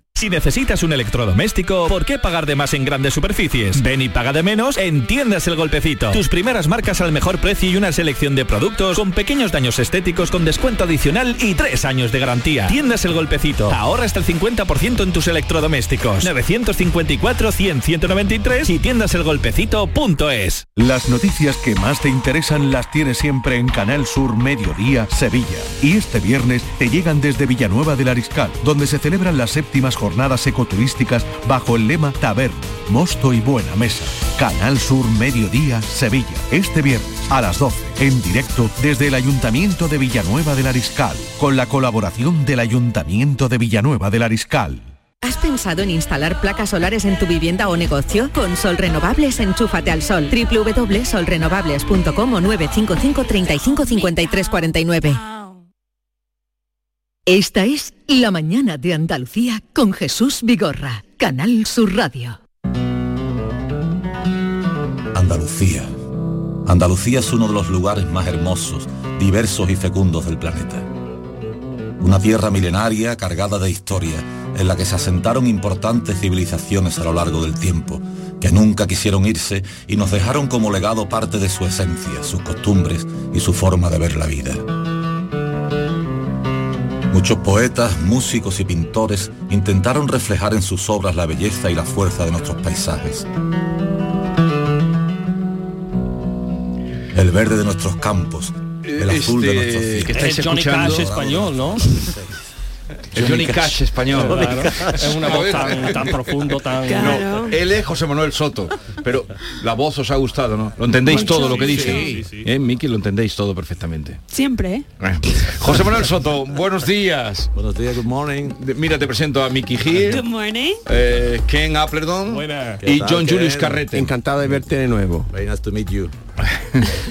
Si necesitas un electrodoméstico, ¿por qué pagar de más en grandes superficies? Ven y paga de menos en Tiendas El Golpecito. Tus primeras marcas al mejor precio y una selección de productos con pequeños daños estéticos con descuento adicional y tres años de garantía. Tiendas El Golpecito. Ahorra hasta el 50% en tus electrodomésticos. 954-100-193 y tiendaselgolpecito.es.
Las noticias que más te interesan las tienes siempre en Canal Sur Mediodía, Sevilla. Y este viernes te llegan desde Villanueva del Ariscal, donde se celebran las séptimas jornadas
jornadas ecoturísticas bajo el lema Taberna, Mosto y Buena Mesa. Canal Sur Mediodía, Sevilla. Este viernes a las 12, en directo desde el Ayuntamiento de Villanueva del Ariscal, con la colaboración del Ayuntamiento de Villanueva del Ariscal.
¿Has pensado en instalar placas solares en tu vivienda o negocio? Con Sol Renovables, enchúfate al sol. www.solrenovables.com o 955 35 53 49.
Esta es La Mañana de Andalucía con Jesús Vigorra, Canal Sur Radio.
Andalucía. Andalucía es uno de los lugares más hermosos, diversos y fecundos del planeta. Una tierra milenaria cargada de historia, en la que se asentaron importantes civilizaciones a lo largo del tiempo, que nunca quisieron irse y nos dejaron como legado parte de su esencia, sus costumbres y su forma de ver la vida. Muchos poetas, músicos y pintores intentaron reflejar en sus obras la belleza y la fuerza de nuestros paisajes. El verde de nuestros campos, el
Eh,
azul
este,
este,
de nuestros cielos.
que estáis escuchando. Eh, español,
*laughs*
¿no? El Johnny Cash español.
Claro.
Es una voz tan, tan profundo, tan...
No, él es José Manuel Soto, pero la voz os ha gustado, ¿no? Lo entendéis
Mucho.
todo lo que
Sí,
dice.
sí, sí.
¿Eh, Miki? Lo entendéis todo perfectamente.
Siempre, ¿eh?
José Manuel Soto, buenos días. Buenos días, good morning. Mira, te presento a Mickey Hill,
Good morning.
eh, Ken Appleton
¿Qué
y
tal,
John
Ken?
Julius Carrete. Encantado de verte de nuevo. Very nice to meet you. *laughs*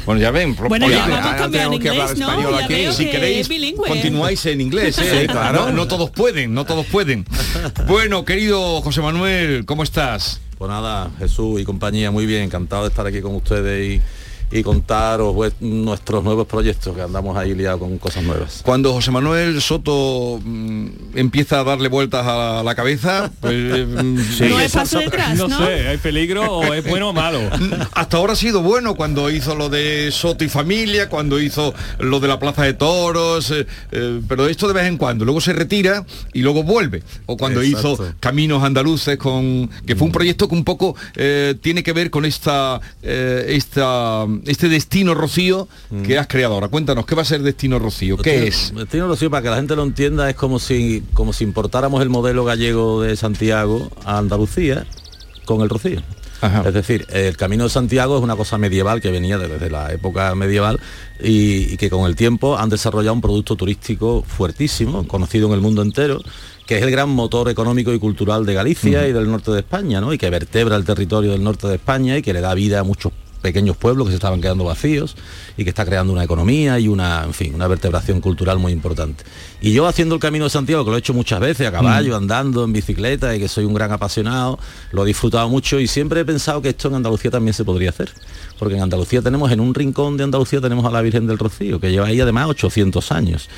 bueno, ya ven.
Bueno,
oye,
ya vamos a
ahora
cambiar
tenemos
en inglés, ¿no? Ya veo
Si
que
queréis,
es bilingüe.
continuáis en inglés. ¿eh?
Sí, claro.
No, no todos pueden, no todos pueden. Bueno, querido José Manuel, ¿cómo estás?
Pues nada, Jesús y compañía, muy bien, encantado de estar aquí con ustedes y, y contaros pues, nuestros nuevos proyectos, que andamos ahí liados con cosas nuevas.
Cuando José Manuel Soto mm, empieza a darle vueltas a la, la cabeza,
*laughs*
pues, eh, mm,
Sí, eso- no, sé, ¿hay peligro o es bueno o malo?
*laughs* Hasta ahora ha sido bueno cuando hizo lo de Soto y familia, cuando hizo lo de la Plaza de Toros, eh, eh, pero esto de vez en cuando. Luego se retira y luego vuelve. O cuando
Exacto.
hizo Caminos Andaluces con que fue un proyecto que un poco eh, tiene que ver con esta, eh, esta este destino Rocío que has creado ahora. Cuéntanos qué va a ser destino Rocío, qué es.
Destino Rocío, para que la gente lo entienda, es como si, como si importáramos el modelo gallego de Santiago a Andalucía con el Rocío. Es decir, el Camino de Santiago es una cosa medieval que venía de- desde la época medieval y, y que con el tiempo han desarrollado un producto turístico fuertísimo, conocido en el mundo entero, que es el gran motor económico y cultural de Galicia y del norte de España, ¿no? Y que vertebra el territorio del norte de España y que le da vida a muchos pequeños pueblos que se estaban quedando vacíos y que está creando una economía y una, en fin, una vertebración cultural muy importante. Y yo haciendo el Camino de Santiago, que lo he hecho muchas veces, a caballo, andando, en bicicleta, y que soy un gran apasionado, lo he disfrutado mucho y siempre he pensado que esto en Andalucía también se podría hacer. Porque en Andalucía tenemos, en un rincón de Andalucía tenemos a la Virgen del Rocío, que lleva ahí además 800 años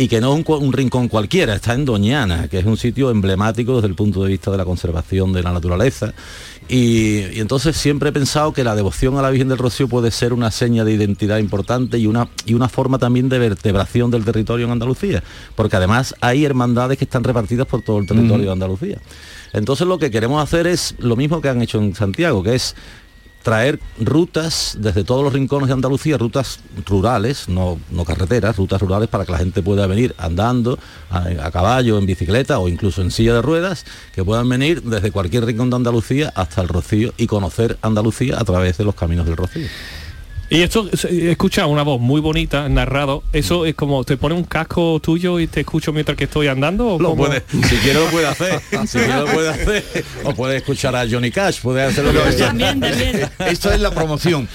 y que no es un, cua- un rincón cualquiera, está en Doñana, que es un sitio emblemático desde el punto de vista de la conservación de la naturaleza. Y, y entonces siempre he pensado que la devoción a la Virgen del Rocío puede ser una seña de identidad importante y una, y una forma también de vertebración del territorio en Andalucía, porque además hay hermandades que están repartidas por todo el territorio de Andalucía. Entonces lo que queremos hacer es lo mismo que han hecho en Santiago, que es traer rutas desde todos los rincones de Andalucía, rutas rurales, no, no carreteras, rutas rurales para que la gente pueda venir andando, a, a caballo, en bicicleta o incluso en silla de ruedas, que puedan venir desde cualquier rincón de Andalucía hasta el Rocío y conocer Andalucía a través de los caminos del Rocío.
Y esto, se- escucha una voz muy bonita, narrado. Eso es como, ¿te pone un casco tuyo y te escucho mientras que estoy andando? ¿o
Lo
cómo?
puede- si quiere lo puede hacer, si quiere lo puede hacer, o puede escuchar a Johnny Cash, puede hacerlo
También, Eh, Esto es la promoción.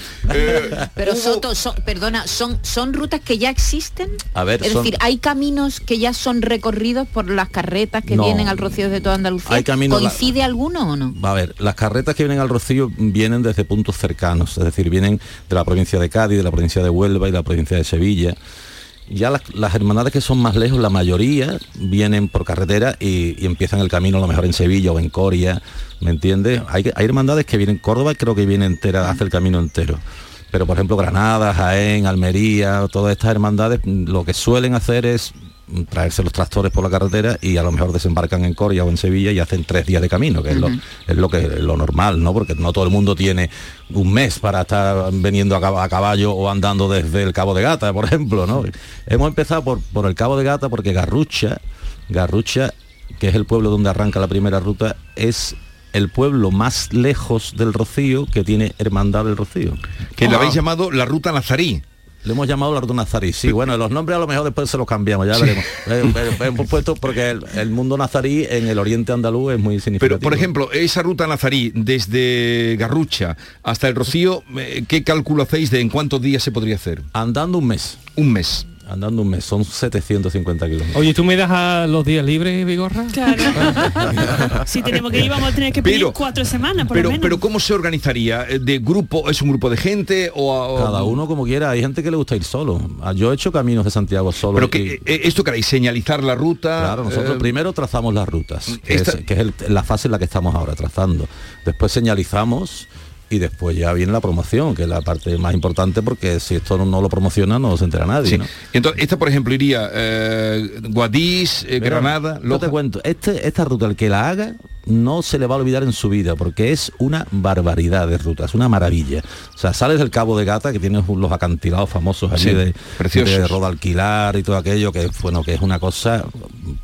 Pero Soto, son- perdona, son, son rutas que ya existen.
A ver,
es
son-
decir, hay caminos que ya son recorridos por las carretas que
No.
vienen al Rocío de toda Andalucía.
Hay caminos-
¿Coincide alguno o no?
A ver, las carretas que vienen al Rocío vienen desde puntos cercanos, es decir, vienen de la provincia de Cádiz, de la provincia de Huelva y de la provincia de Sevilla. Ya las, las hermandades que son más lejos, la mayoría vienen por carretera y, y empiezan el camino a lo mejor en Sevilla o en Coria, ¿me entiendes? Hay, hay hermandades que vienen, Córdoba creo que viene entera, hace el camino entero. Pero por ejemplo Granada, Jaén, Almería, todas estas hermandades mm, lo que suelen hacer es mm, traerse los tractores por la carretera y a lo mejor desembarcan en Coria o en Sevilla y hacen tres días de camino, que es,
Ujú.
lo, es lo que es lo normal, ¿no? Porque no todo el mundo tiene un mes para estar veniendo a cab- a caballo o andando desde el Cabo de Gata, por ejemplo, ¿no? Hemos empezado por, por el Cabo de Gata porque Garrucha, Garrucha que es el pueblo donde arranca la primera ruta, es el pueblo más lejos del Rocío que tiene Hermandad del Rocío. Ah.
Que la habéis llamado la Ruta Nazarí.
Le hemos llamado la Ruta Nazarí, sí. Bueno, los nombres a lo mejor después se los cambiamos, ya veremos. Eh, eh, Hemos puesto porque el, el mundo nazarí en el oriente andaluz es muy significativo.
Pero, por ejemplo, esa ruta nazarí desde Garrucha hasta el Rocío, eh, ¿qué cálculo hacéis de en cuántos días se
*laughs*
podría hacer?
Andando un mes.
Un mes.
Andando un mes, son 750 kilómetros.
Oye, ¿tú me das a los días libres, Vigorra?
Si tenemos que ir, vamos a tener que pedir
Pero-
cuatro semanas, por
Pero,
lo menos.
pero ¿cómo se organizaría? Eh, ¿De grupo? ¿Es un grupo de gente? O, a- o-
Cada uno como quiera, hay gente que le gusta ir solo. Ah, Yo he hecho caminos de Santiago solo.
Pero
y-
que, eh, ¿Esto queréis señalizar la ruta?
Claro, nosotros
eh,
primero trazamos las rutas, que
Esta-
es, que es el- la fase en la que estamos ahora trazando. Después señalizamos y después ya viene la promoción, que es la parte más importante porque si esto no, no lo promociona no se entera nadie.
Sí.
¿no?
Entonces, esta, por ejemplo, iría eh, Guadix, eh,
Pero,
Granada,
Yo
Loja.
te cuento, este, esta ruta, el que la haga, no se le va a olvidar en su vida, porque es una barbaridad de ruta, es una maravilla. O sea, sales del Cabo de Gata, que tienes un- los acantilados famosos allí
Sí,
de,
preciosos.
de Rodalquilar y todo aquello, que bueno, que es una cosa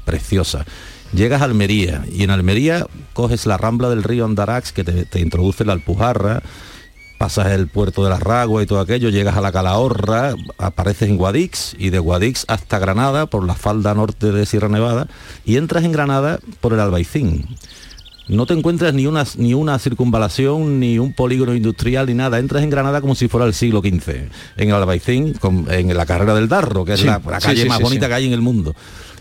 preciosa. Llegas a Almería y en Almería coges la rambla del río Andarax que te, te introduce en la Alpujarra, pasas el puerto de la Ragua y todo aquello, llegas a la Calahorra, apareces en Guadix y de Guadix hasta Granada por la falda norte de Sierra Nevada y entras en Granada por el Albaicín. No te encuentras ni una, ni una circunvalación, ni un polígono industrial, ni nada. Entras en Granada como si fuera el siglo XV, en el Albaicín, con- en la carrera del Darro, que es
Sí,
la, la
sí,
calle
sí,
más
sí,
bonita
sí.
que hay en el mundo.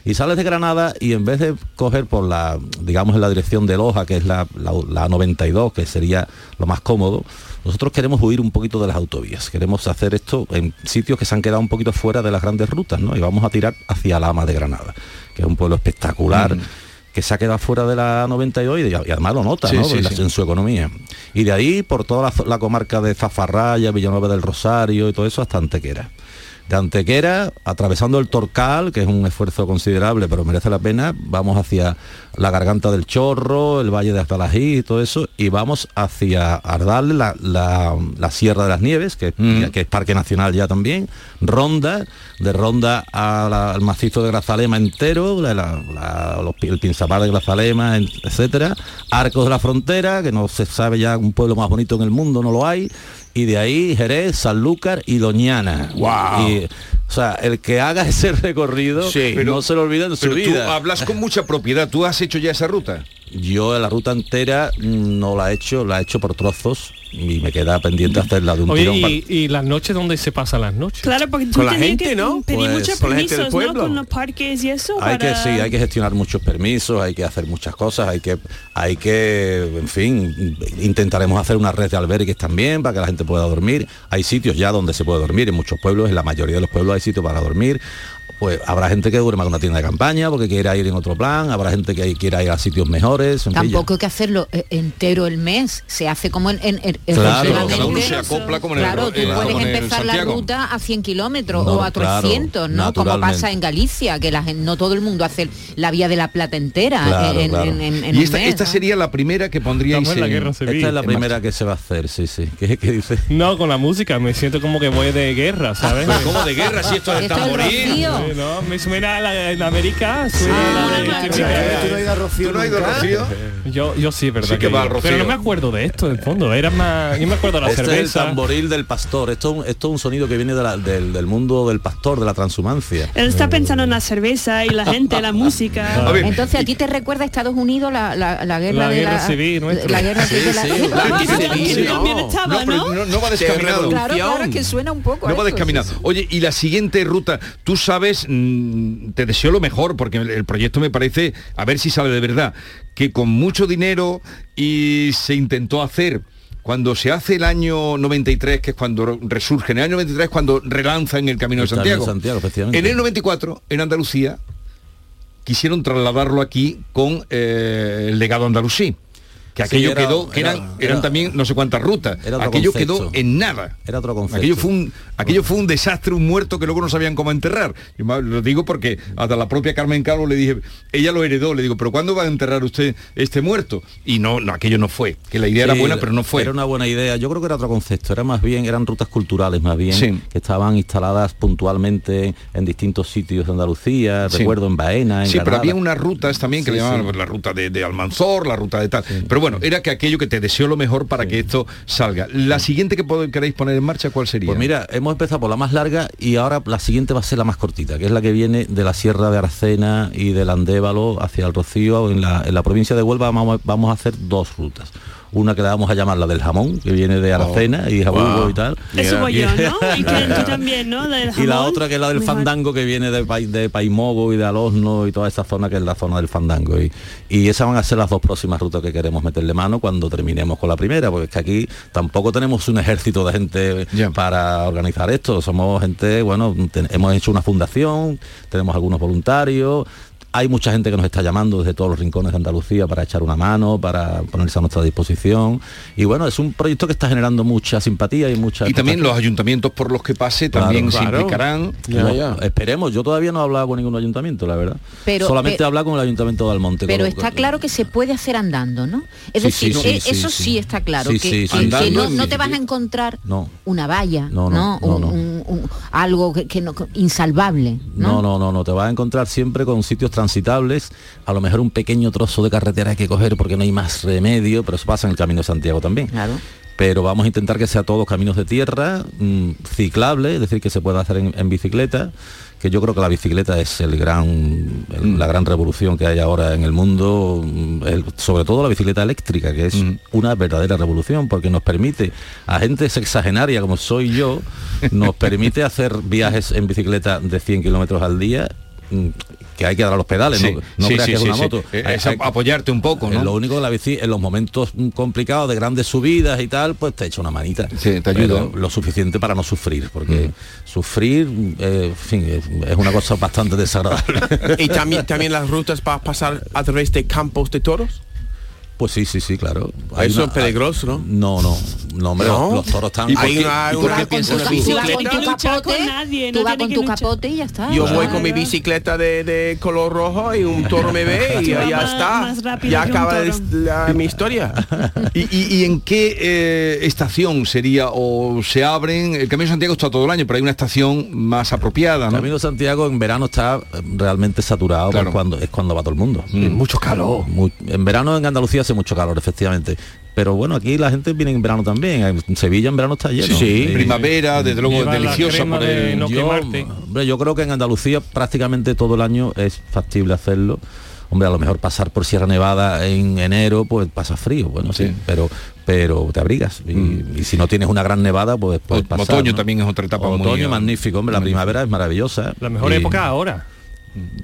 Y sales de Granada y en vez de coger por la, digamos, en la dirección de Loja, que es la, la- la 92, que sería lo más cómodo, nosotros queremos huir un poquito de las autovías. Queremos hacer esto en sitios que se han quedado un poquito fuera de las grandes rutas, ¿no? Y vamos a tirar hacia Lama de Granada, que es un pueblo espectacular.
Mm.
que se ha quedado fuera de la 92 y, y además lo nota
Sí,
¿no?
sí,
en, la-
sí.
en su economía. Y de ahí por toda la, zo- la comarca de Zafarraya, Villanueva del Rosario y todo eso hasta Antequera de Antequera, atravesando el Torcal, que es un esfuerzo considerable, pero merece la pena, vamos hacia la Garganta del Chorro, el Valle de Astalají y todo eso, y vamos hacia Ardal, la, la- la Sierra de las Nieves, que, que es Parque Nacional ya también, Ronda, de Ronda a la- al macizo de Grazalema entero, la- la- la- los pi- el Pinzapar de Grazalema, en- etcétera, Arcos de la Frontera, que no se sabe ya un pueblo más bonito en el mundo, no lo hay, y de ahí Jerez, Sanlúcar y Doñana. Y, o sea, el que haga ese recorrido no se lo olvida en su
pero Tú
vida.
hablas con mucha propiedad, tú has hecho ya esa ruta.
Yo la ruta entera mm, no la he hecho, la he hecho por trozos y me queda
Mm.
pendiente hacerla de un
Oye,
tirón. para-
y, y las noches, ¿dónde se pasan las noches?
Claro, porque tú
Con la
tenías
gente,
que
¿no?
pedir
Pues,
muchos
con la gente del
permisos, ¿no?
pueblo.
Con los parques y eso.
Hay que
Pues para-
sí, hay que gestionar muchos permisos, hay que hacer muchas cosas, hay que, hay que, en fin, intentaremos hacer una red de albergues también para que la gente pueda dormir. Hay sitios ya donde se puede dormir, en muchos pueblos, en la mayoría de los pueblos hay sitios para dormir. Pues habrá gente que duerma con una tienda de campaña porque quiera ir en otro plan, habrá gente que quiera ir a sitios mejores. en fin, ya-
Tampoco hay que hacerlo eh, entero el mes, se hace como en... en, en-
Claro,
relativamente-
cada uno se
acopla como en el-
Claro, tú
eh, como
puedes
en el
empezar la
Santiago.
ruta a 100 kilómetros
No,
o a
claro,
300, ¿no? Como
naturalmente.
pasa en Galicia, que la gen- no todo el mundo hace la Vía de la Plata entera eh,
Claro,
en,
claro.
en- en- en
y
un
esta,
mes,
esta sería la primera que pondríais
Estamos en la
en-
guerra civil. Esta es la
la primera que se va a hacer, sí, sí. ¿Qué, qué dice?
No, con la música, me siento como que voy de guerra, ¿sabes?
Pero ¿cómo de guerra si esto es Esto es el tamboril? Rocío. Ah,
Sí, No, me suena a la, en América. suena la de-
¿Tú no has ido a Rocío?
Yo, yo sí, es verdad.
Sí que
he
va
ido.
Rocío.
Pero no me acuerdo de esto, en fondo. Era más. Yo me acuerdo de la
Este es el
cerveza.
tamboril del pastor. Esto, es un- esto es un sonido que viene de la- del, del mundo del pastor, de la transhumancia. Eh,
Él está pensando en la cerveza y la gente,
*laughs*
la música.
A ver,
Entonces a ti te recuerda a Estados Unidos la, la- la guerra
La
de
guerra
la,
civil nuestra.
la guerra
Sí,
civil de la-
sí,
Sí, no. No, pero no- no va descaminado.
Claro, claro, es que suena un poco.
No va
a eso,
descaminado.
sí, sí.
Oye, y la siguiente ruta, tú sabes, mm, te deseo lo mejor, porque el, el proyecto me parece, a ver si sale de verdad, que con mucho dinero y se intentó hacer. Cuando se hace el año 93, que es cuando resurge, en el año 93 es cuando relanzan el Camino
El Camino
de
de
Santiago.
Santiago, efectivamente.
en el 94, en Andalucía, quisieron trasladarlo aquí con eh, el legado andalusí. que
Sí,
aquello
era-
quedó, que
era-
eran, eran
era-
también no sé cuántas rutas.
Era otro
Aquello
concepto.
quedó en nada.
Era otro concepto.
Aquello fue, un, aquello fue un desastre, un muerto que luego no sabían cómo enterrar. Yo me- lo digo porque hasta la propia Carmen Calvo le dije, ella lo heredó, le digo, pero ¿cuándo va a enterrar usted este muerto? Y no, no aquello no fue, que la idea era
Sí,
buena, pero no fue.
Era una buena idea. Yo creo que era otro concepto. Era más bien, eran rutas culturales más bien,
Sí.
que estaban instaladas puntualmente en distintos sitios de Andalucía,
Sí.
recuerdo en Baena, en
Sí, pero
Granada.
había unas rutas también que
Sí,
le llamaban
sí.
pues, la ruta de, de Almanzor, la ruta de tal. Pero bueno, era que aquello que te deseo lo mejor para que esto salga. La siguiente que pod- queréis poner en marcha, ¿cuál sería?
Pues mira, hemos empezado por la más larga y ahora la siguiente va a ser la más cortita, que es la que viene de la Sierra de Aracena y del Andévalo hacia el Rocío. En la, en la provincia de Huelva vamos, a- vamos a hacer dos rutas. Una que la vamos a llamar la del jamón, que viene
Oh.
de Aracena y Jabugo
Wow.
y tal.
Eso voy yo,
*laughs* Y-
¿no? Y que tú también, ¿no? Del
y la
jamón.
otra que es la del
Mejor.
fandango que viene de, Pai- de Paimogo y de Alosno y toda esta zona que es la zona del fandango. Y, y esas van a ser las dos próximas rutas que queremos meterle mano cuando terminemos con la primera, porque es que aquí tampoco tenemos un ejército de gente para organizar esto. Somos gente, bueno, ten- hemos hecho una fundación, tenemos algunos voluntarios. Hay mucha gente que nos está llamando desde todos los rincones de Andalucía para echar una mano, para ponerse a nuestra disposición. Y bueno, es un proyecto que está generando mucha simpatía y mucha...
Y también los ayuntamientos por los que pase también se implicarán.
No, Esperemos, yo todavía no he hablado con ningún ayuntamiento, la verdad.
Pero-
Solamente
pe-
he hablado con el ayuntamiento de Almonte.
Pero
con-
está claro que se puede hacer andando, ¿no? Es
Sí,
decir,
sí,
e-
sí,
eso
sí,
sí,
sí.
está claro,
Sí,
que,
sí,
que-
andando
que no,
en
no te vas a
bicicleta.
encontrar
No.
una valla,
No,
¿no?
no,
Un-
no, no.
un- un- algo que, que no- que- insalvable.
No, no, no, no, te vas a encontrar siempre con sitios transitables, a lo mejor un pequeño trozo de carretera hay que coger porque no hay más remedio, pero eso pasa en el Camino de Santiago también. Pero vamos a intentar que sea todos caminos de tierra, mm, ciclables, es decir, que se pueda hacer en, en bicicleta, que yo creo que la bicicleta es el gran, el-
Mm.
la gran revolución que hay ahora en el mundo, mm, el- sobre todo la bicicleta eléctrica, que es
Mm.
una verdadera revolución porque nos permite a gente sexagenaria como soy yo, nos permite hacer viajes en bicicleta de 100 kilómetros al día mm, que hay que dar a los pedales,
Sí,
no, no
sí,
creas
sí,
que es
sí,
una
sí.
moto.
Eh, es apoyarte un poco, ¿no?
Lo único que la bici, en los momentos mm, complicados de grandes subidas y tal, pues te echa una manita. Sí,
te ayuda.
Lo suficiente para no sufrir, porque sufrir, mm, eh, en fin, es, es una cosa bastante
*laughs*
desagradable.
*laughs* y también, también las rutas para pasar a través de campos de toros.
Pues sí, sí, sí, claro. Hay
Eso
una-
es peligroso, ¿no?
No, no, no, hombre,
No.
los toros están...
¿Y por Hay qué- una- y por una- qué piensas
Tú
Una
vas- tú vas con tu
bicicleta.
capote, tú vas con tu capote y ya está. Ah.
Yo voy con mi bicicleta de, de color rojo y un toro
*laughs*
me ve y
Tú
ya,
vas más-
está.
más rápido
Ya
que un
acaba es- la- mi historia.
*laughs* ¿Y, y- y en qué eh, estación sería o se abren? El Camino de Santiago está todo el año, pero hay una estación más apropiada, ¿no?
Camino de Santiago en verano está eh, realmente saturado por
Claro.
cuando es cuando va todo el mundo.
Mucho calor.
en verano en Andalucía hace mucho calor, efectivamente. Pero bueno, aquí la gente viene en verano también. En Sevilla en verano está lleno.
Sí, sí.
Eh,
Primavera, desde luego, Lleva la deliciosa crema por el- de no
yo,
quemarte.
hombre, yo creo que en Andalucía prácticamente todo el año es factible hacerlo. Hombre, a lo mejor pasar por Sierra Nevada en enero, pues pasa frío, bueno, sí, pero pero te abrigas. Y, y si no tienes una gran nevada, pues puedes pasar.
otoño
¿no?
también es otra etapa muy,
Otoño
eh,
magnífico, hombre, la primavera es maravillosa.
La mejor
Y-
época ahora.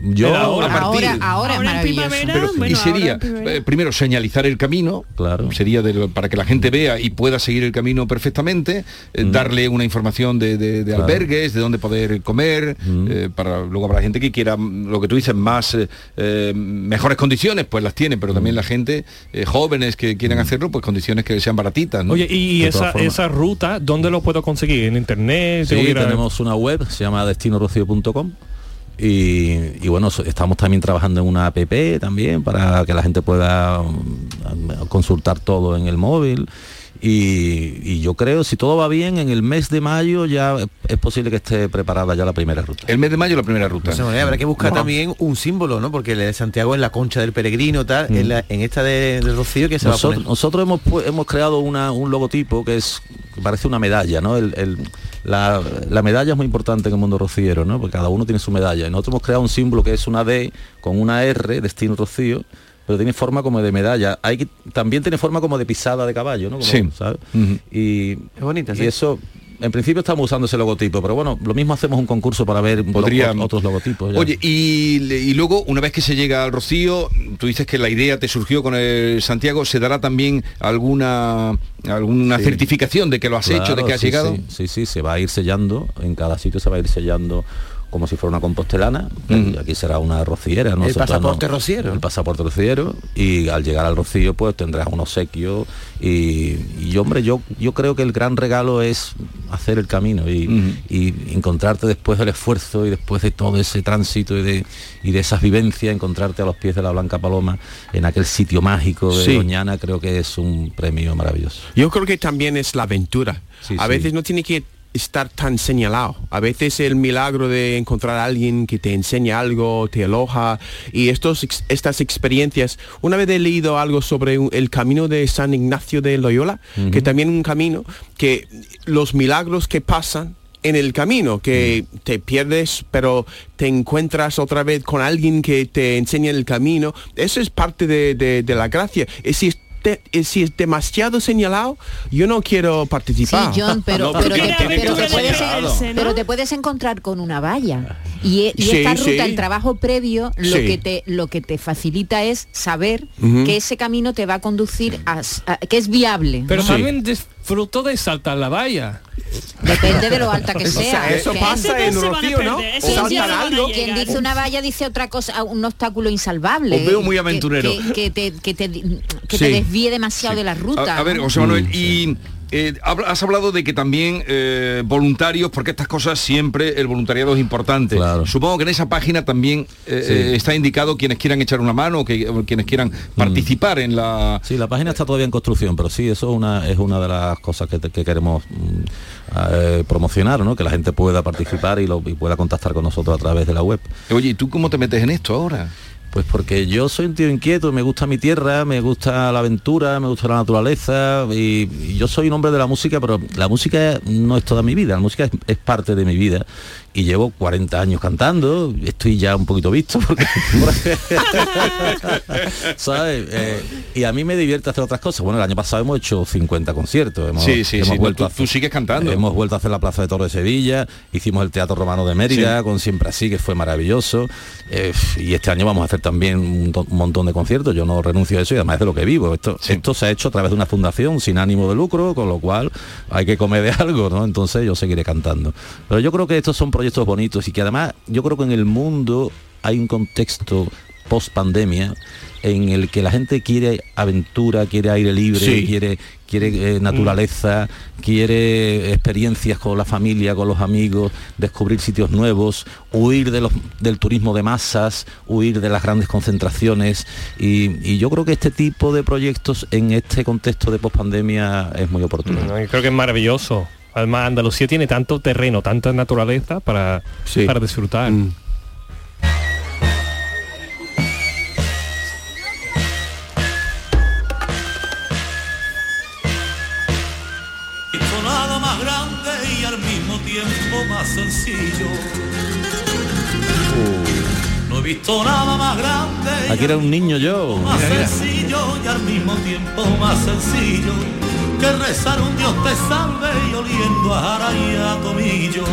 yo
Era ahora.
a partir-
Ahora, ahora es maravilloso.
Pero- y sería eh, primero señalizar el camino sería del- para que la gente vea y pueda seguir el camino perfectamente eh, darle una información de, de- de
Claro.
albergues de dónde poder comer eh, para luego para la gente que quiera mm, lo que tú dices más eh, eh, mejores condiciones pues las tiene pero también la gente eh, jóvenes que quieran hacerlo pues condiciones que sean baratitas ¿no?
Oye, y
De
esa,
todas formas.
esa ruta, ¿dónde lo puedo conseguir? ¿En internet?
Sí,
¿Tengo que ir a-
tenemos una web, se llama destinorocío.com y, y bueno, so- estamos también trabajando en una app también para que la gente pueda mm, consultar todo en el móvil. Y, y yo creo, si todo va bien, en el mes de mayo ya es- es posible que esté preparada ya la primera ruta.
El mes de mayo la primera ruta.
De esa manera, habrá que buscar también un símbolo, ¿no? Porque el de Santiago es la concha del peregrino, tal,
Mm.
en, la- en esta de, del Rocío que se va a
Nosotros,
poner.
nosotros hemos, pu- hemos creado una- un logotipo que es que parece una medalla, ¿no? El- el- la, la medalla es muy importante en el mundo rociero, ¿no? Porque cada uno tiene su medalla. Y nosotros hemos creado un símbolo que es una D con una R, destino rocío, pero tiene forma como de medalla. Hay que- también tiene forma como de pisada de caballo, ¿no? Como,
Sí.
¿sabes?
Ujú.
Y, es bonita, y eso. En principio estamos usando ese logotipo, pero bueno, lo mismo hacemos un concurso para ver lo-
Podría-
otros logotipos. ya.
Oye, y, le- y luego, una vez que se llega al Rocío, tú dices que la idea te surgió con el Santiago, ¿se dará también alguna alguna
Sí.
certificación de que lo has hecho, de
Claro,
que has
sí,
llegado?
Sí, sí, sí, se va a ir sellando, en cada sitio se va a ir sellando como si fuera una compostelana, y aquí será una rociera, ¿no?
El
sé, pues,
pasaporte
no-
rociero.
El pasaporte rociero y al llegar al rocío pues tendrás un obsequio y, y, hombre, yo, yo creo que el gran regalo es hacer el camino y, y encontrarte después del esfuerzo y después de todo ese tránsito y de, y de esas vivencias, encontrarte a los pies de la Blanca Paloma en aquel sitio mágico de
Sí.
Doñana, creo que es un premio maravilloso.
Yo creo que también es la aventura. a veces no tiene que estar tan señalado. A veces el milagro de encontrar a alguien que te enseña algo, te aloja y estos, ex- estas experiencias. Una vez he leído algo sobre un- el camino de San Ignacio de Loyola, que también un camino que los milagros que pasan en el camino, que te pierdes, pero te encuentras otra vez con alguien que te enseña el camino. Eso es parte de, de- de la gracia. Y si es de- y si es demasiado señalado, yo no quiero participar.
Sí, John, pero, pero
porque
te,
tiene que
pero te
ser
puedes,
señalado.
pero te puedes encontrar con una valla. Y, e- y
Sí,
esta ruta,
sí.
el trabajo previo, lo,
Sí.
que te, lo que te facilita es saber
Ujú.
que ese camino te va a conducir a, s- a- que es viable.
Pero
¿no?
también disfrutó de saltar la valla.
Depende de lo alta
*laughs*
que
O sea,
sea.
eso
que-
pasa en Ese no se van a Rocío, ¿no? perder, ese O día saltan no van a algo.
Quien
llegar.
dice una valla dice otra cosa, un obstáculo insalvable.
Os veo muy
que-
aventurero.
Que, que te, que te- que te
Sí.
desvíe demasiado de la ruta.
A, a ver,
¿no?
José Manuel, y eh, habla- has hablado de que también eh, voluntarios, porque estas cosas siempre el voluntariado es importante. Supongo que en esa página también eh,
Sí.
eh, está indicado quienes quieran echar una mano, que, o quienes quieran participar en la...
Mm. Sí, la página está todavía en construcción, pero sí, eso es una, es una de las cosas que, te- que queremos mm, eh, promocionar, ¿no? Que la gente pueda participar y, lo, y pueda contactar con nosotros a través de la web.
Oye, ¿y tú cómo te metes en esto ahora?
Pues porque yo soy un tío inquieto, me gusta mi tierra, me gusta la aventura, me gusta la naturaleza y, y yo soy un hombre de la música, pero la música no es toda mi vida, la música es, es parte de mi vida y llevo 40 años cantando, estoy ya un poquito visto porque *laughs* ¿sabes? Eh, y a mí me divierte hacer otras cosas. Bueno, el año pasado hemos hecho 50 conciertos. Hemos,
Sí, sí,
hemos
sí,
Vuelto
tú-
a hacer-
tú sigues cantando.
Hemos vuelto a hacer la Plaza de Toros de Sevilla, hicimos el Teatro Romano de Mérida
Sí.
con Siempre Así, que fue maravilloso. Eh, y este año vamos a hacer también un, to- un montón de conciertos. Yo no renuncio a eso y además es de lo que vivo. Esto, esto se ha hecho a través de una fundación sin ánimo de lucro, con lo cual hay que comer de *laughs* algo, ¿no? Entonces yo seguiré cantando. Pero yo creo que estos son proyectos bonitos y que además yo creo que en el mundo hay un contexto post pandemia en el que la gente quiere aventura, quiere aire libre,
Sí.
quiere quiere eh, naturaleza, quiere experiencias con la familia, con los amigos, descubrir sitios nuevos, huir de los- del turismo de masas, huir de las grandes concentraciones y, y yo creo que este tipo de proyectos en este contexto de pospandemia es muy oportuno.
No, yo creo que es maravilloso. Además, Andalucía tiene tanto terreno, tanta naturaleza para, para disfrutar.
Hizo nada más grande y al mismo tiempo más sencillo. No he visto nada más grande,
Aquí era un niño yo.
más sencillo y al mismo tiempo más sencillo que rezar un Dios te salve y oliendo a jara y a tomillo.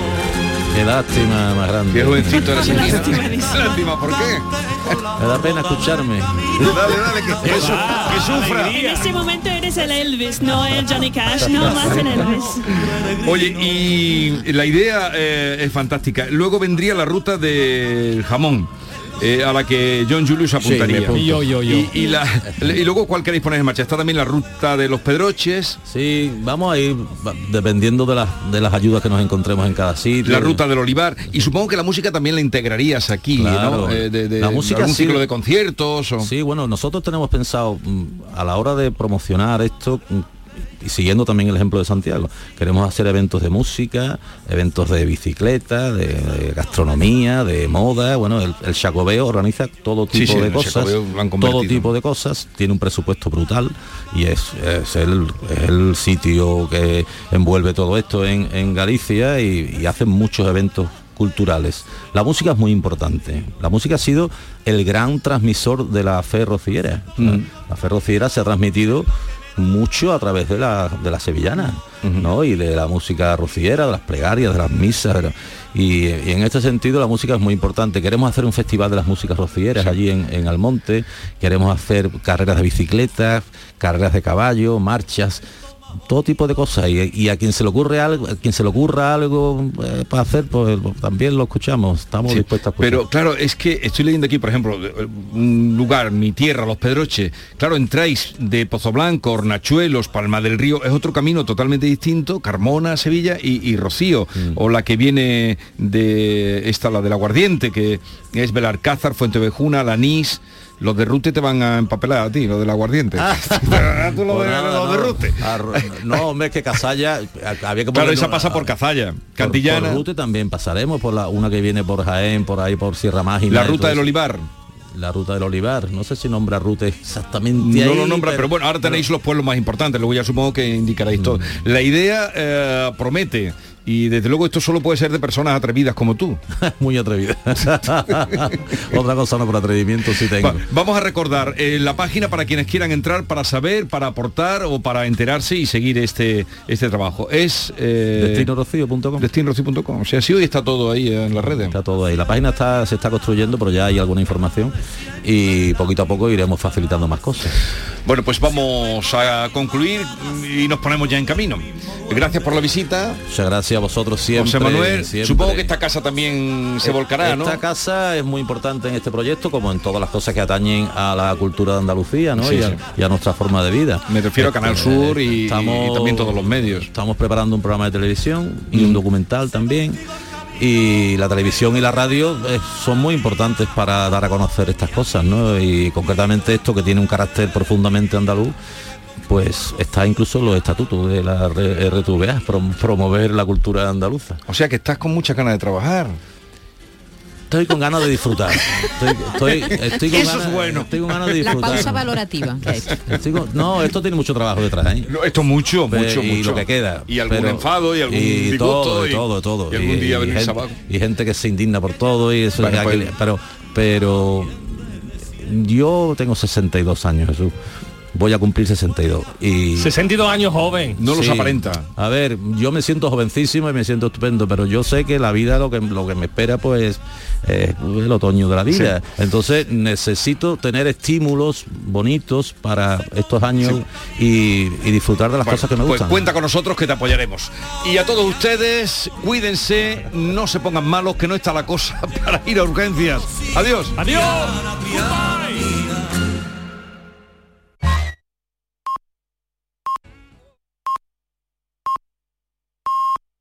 Qué lástima más grande.
Qué jovencito eres, Qué lástima.
Lástima,
¿por
qué?
Me da pena escucharme.
Dale, dale, que, que su- que sufra.
En este momento eres el Elvis, no el Johnny Cash, no más el Elvis.
Oye, y la idea eh, es fantástica. Luego vendría la ruta del jamón. eh, a la que John Julius
Sí, me
apuntaría.
apunto. Y yo, yo, yo.
Y, y la- y luego, ¿cuál queréis poner en marcha? Está también la ruta de los Pedroches.
Sí, vamos a ir va- dependiendo de las, de las ayudas que nos encontremos en cada sitio.
La ruta del olivar. Y supongo que la música también la integrarías aquí,
Claro.
¿no? Eh, de, de
la música
algún
sí.
ciclo de conciertos. O...
Sí, bueno, nosotros tenemos pensado mm, a la hora de promocionar esto mm, y siguiendo también el ejemplo de Santiago, queremos hacer eventos de música, eventos de bicicleta, de, de gastronomía, de moda. Bueno, el, el Chacobeo organiza todo
Sí,
tipo
sí,
de
el
cosas,
Xacobeo lo han
todo
convertido.
tipo de cosas. Tiene un presupuesto brutal y es, es el, es el sitio que envuelve todo esto en, en Galicia y, y hacen muchos eventos culturales. La música es muy importante. La música ha sido el gran transmisor de la fe rociera.
Mm.
La fe rociera se ha transmitido mucho a través de la, de la sevillana, ¿no? Y de la música rociera, de las plegarias, de las misas. de la- y, y en este sentido la música es muy importante. Queremos hacer un festival de las músicas rocieras allí en, en Almonte, queremos hacer carreras de bicicletas, carreras de caballo, marchas. todo tipo de cosas y, y a quien se le ocurre algo a quien se le ocurra algo eh, para hacer pues también lo escuchamos estamos
Sí,
dispuestos a escuchar.
Pero claro, es que estoy leyendo aquí, por ejemplo, de- un lugar, mi tierra, Los Pedroches. Claro, entráis de Pozo Blanco, Hornachuelos, Palma del Río, es otro camino totalmente distinto, Carmona, Sevilla y, y Rocío, o la que viene de esta, la del Aguardiente, que es Belarcázar, Fuentevejuna, Lanís. Los de Rute te van a empapelar a ti, los del Aguardiente. *laughs* Ah, tú lo
Pues
de-
nada,
lo
no.
derrute.
Arro- No, hombre, es que Casalla a- había que
Claro,
ponerle
esa
una-
pasa por Cazalla, Cantillana.
Por, Rute también pasaremos por la una que viene por Jaén, por ahí por Sierra Mágina.
La
y
ruta
todo
del
eso.
Olivar.
La ruta del Olivar, no sé si nombra Rute exactamente
No
ahí,
lo nombra, pero, bueno, ahora tenéis los pueblos más importantes, luego ya supongo que indicaréis todo.
Mm.
La idea eh, promete, y desde luego esto solo puede ser de personas atrevidas como tú.
*laughs* Muy atrevida. Otra cosa no por atrevimiento sí tengo.
Vamos a recordar eh, la página para quienes quieran entrar, para saber, para aportar o para enterarse y seguir este, este trabajo. Es... eh,
destinorocío.com
destinorocío.com pues, o sea sí hoy está todo ahí en las redes
está todo ahí la página está se está construyendo pero ya hay alguna información y poquito a poco iremos facilitando más cosas
Bueno, pues vamos a concluir y nos ponemos ya en camino. Gracias por la visita.
muchas gracias a vosotros siempre
José Manuel,
siempre.
supongo que esta casa también se
Eh,
volcará, ¿no?
Esta casa es muy importante en este proyecto, como en todas las cosas que atañen a la cultura de Andalucía ¿no?
Sí,
y, a,
sí.
y a nuestra forma de vida.
Me refiero a Canal Sur y- y también todos los Mm.
medios. Estamos preparando un programa de televisión y un documental también. Y la televisión y la radio eh, son muy importantes para dar a conocer estas cosas, ¿no? Y concretamente esto que tiene un carácter profundamente andaluz, pues está incluso en los estatutos de la R- RTVA, prom- promover la cultura andaluza.
O sea que estás con muchas ganas de trabajar.
Estoy con ganas de disfrutar. Estoy, estoy, estoy con
Eso es
ganas,
bueno.
Estoy con ganas de
La
disfrutar.
pausa valorativa. que ha hecho.
Estoy con- no, esto tiene mucho trabajo detrás. ¿eh?
esto mucho, mucho,
y
mucho.
lo que queda.
Y algún enfado, y algún disgusto,
todo, y
y-
todo, todo.
y algún día venir
gente-
sabaco.
y gente que se indigna por todo y eso.
Bueno,
hay que-
pues-
pero, pero yo tengo 62 años, Jesús. Voy a cumplir 62 y
62 años joven.
Sí. A ver, yo me siento jovencísimo y me siento estupendo, pero yo sé que la vida lo que lo que me espera pues es el otoño de la vida. Entonces necesito tener estímulos bonitos para estos años y, y disfrutar de las cosas que me
Pues
gustan.
cuenta con nosotros que te apoyaremos. Y a todos ustedes, cuídense, *laughs* no se pongan malos, que no está la cosa para ir a urgencias. Adiós.
Adiós.
Triana, Triana,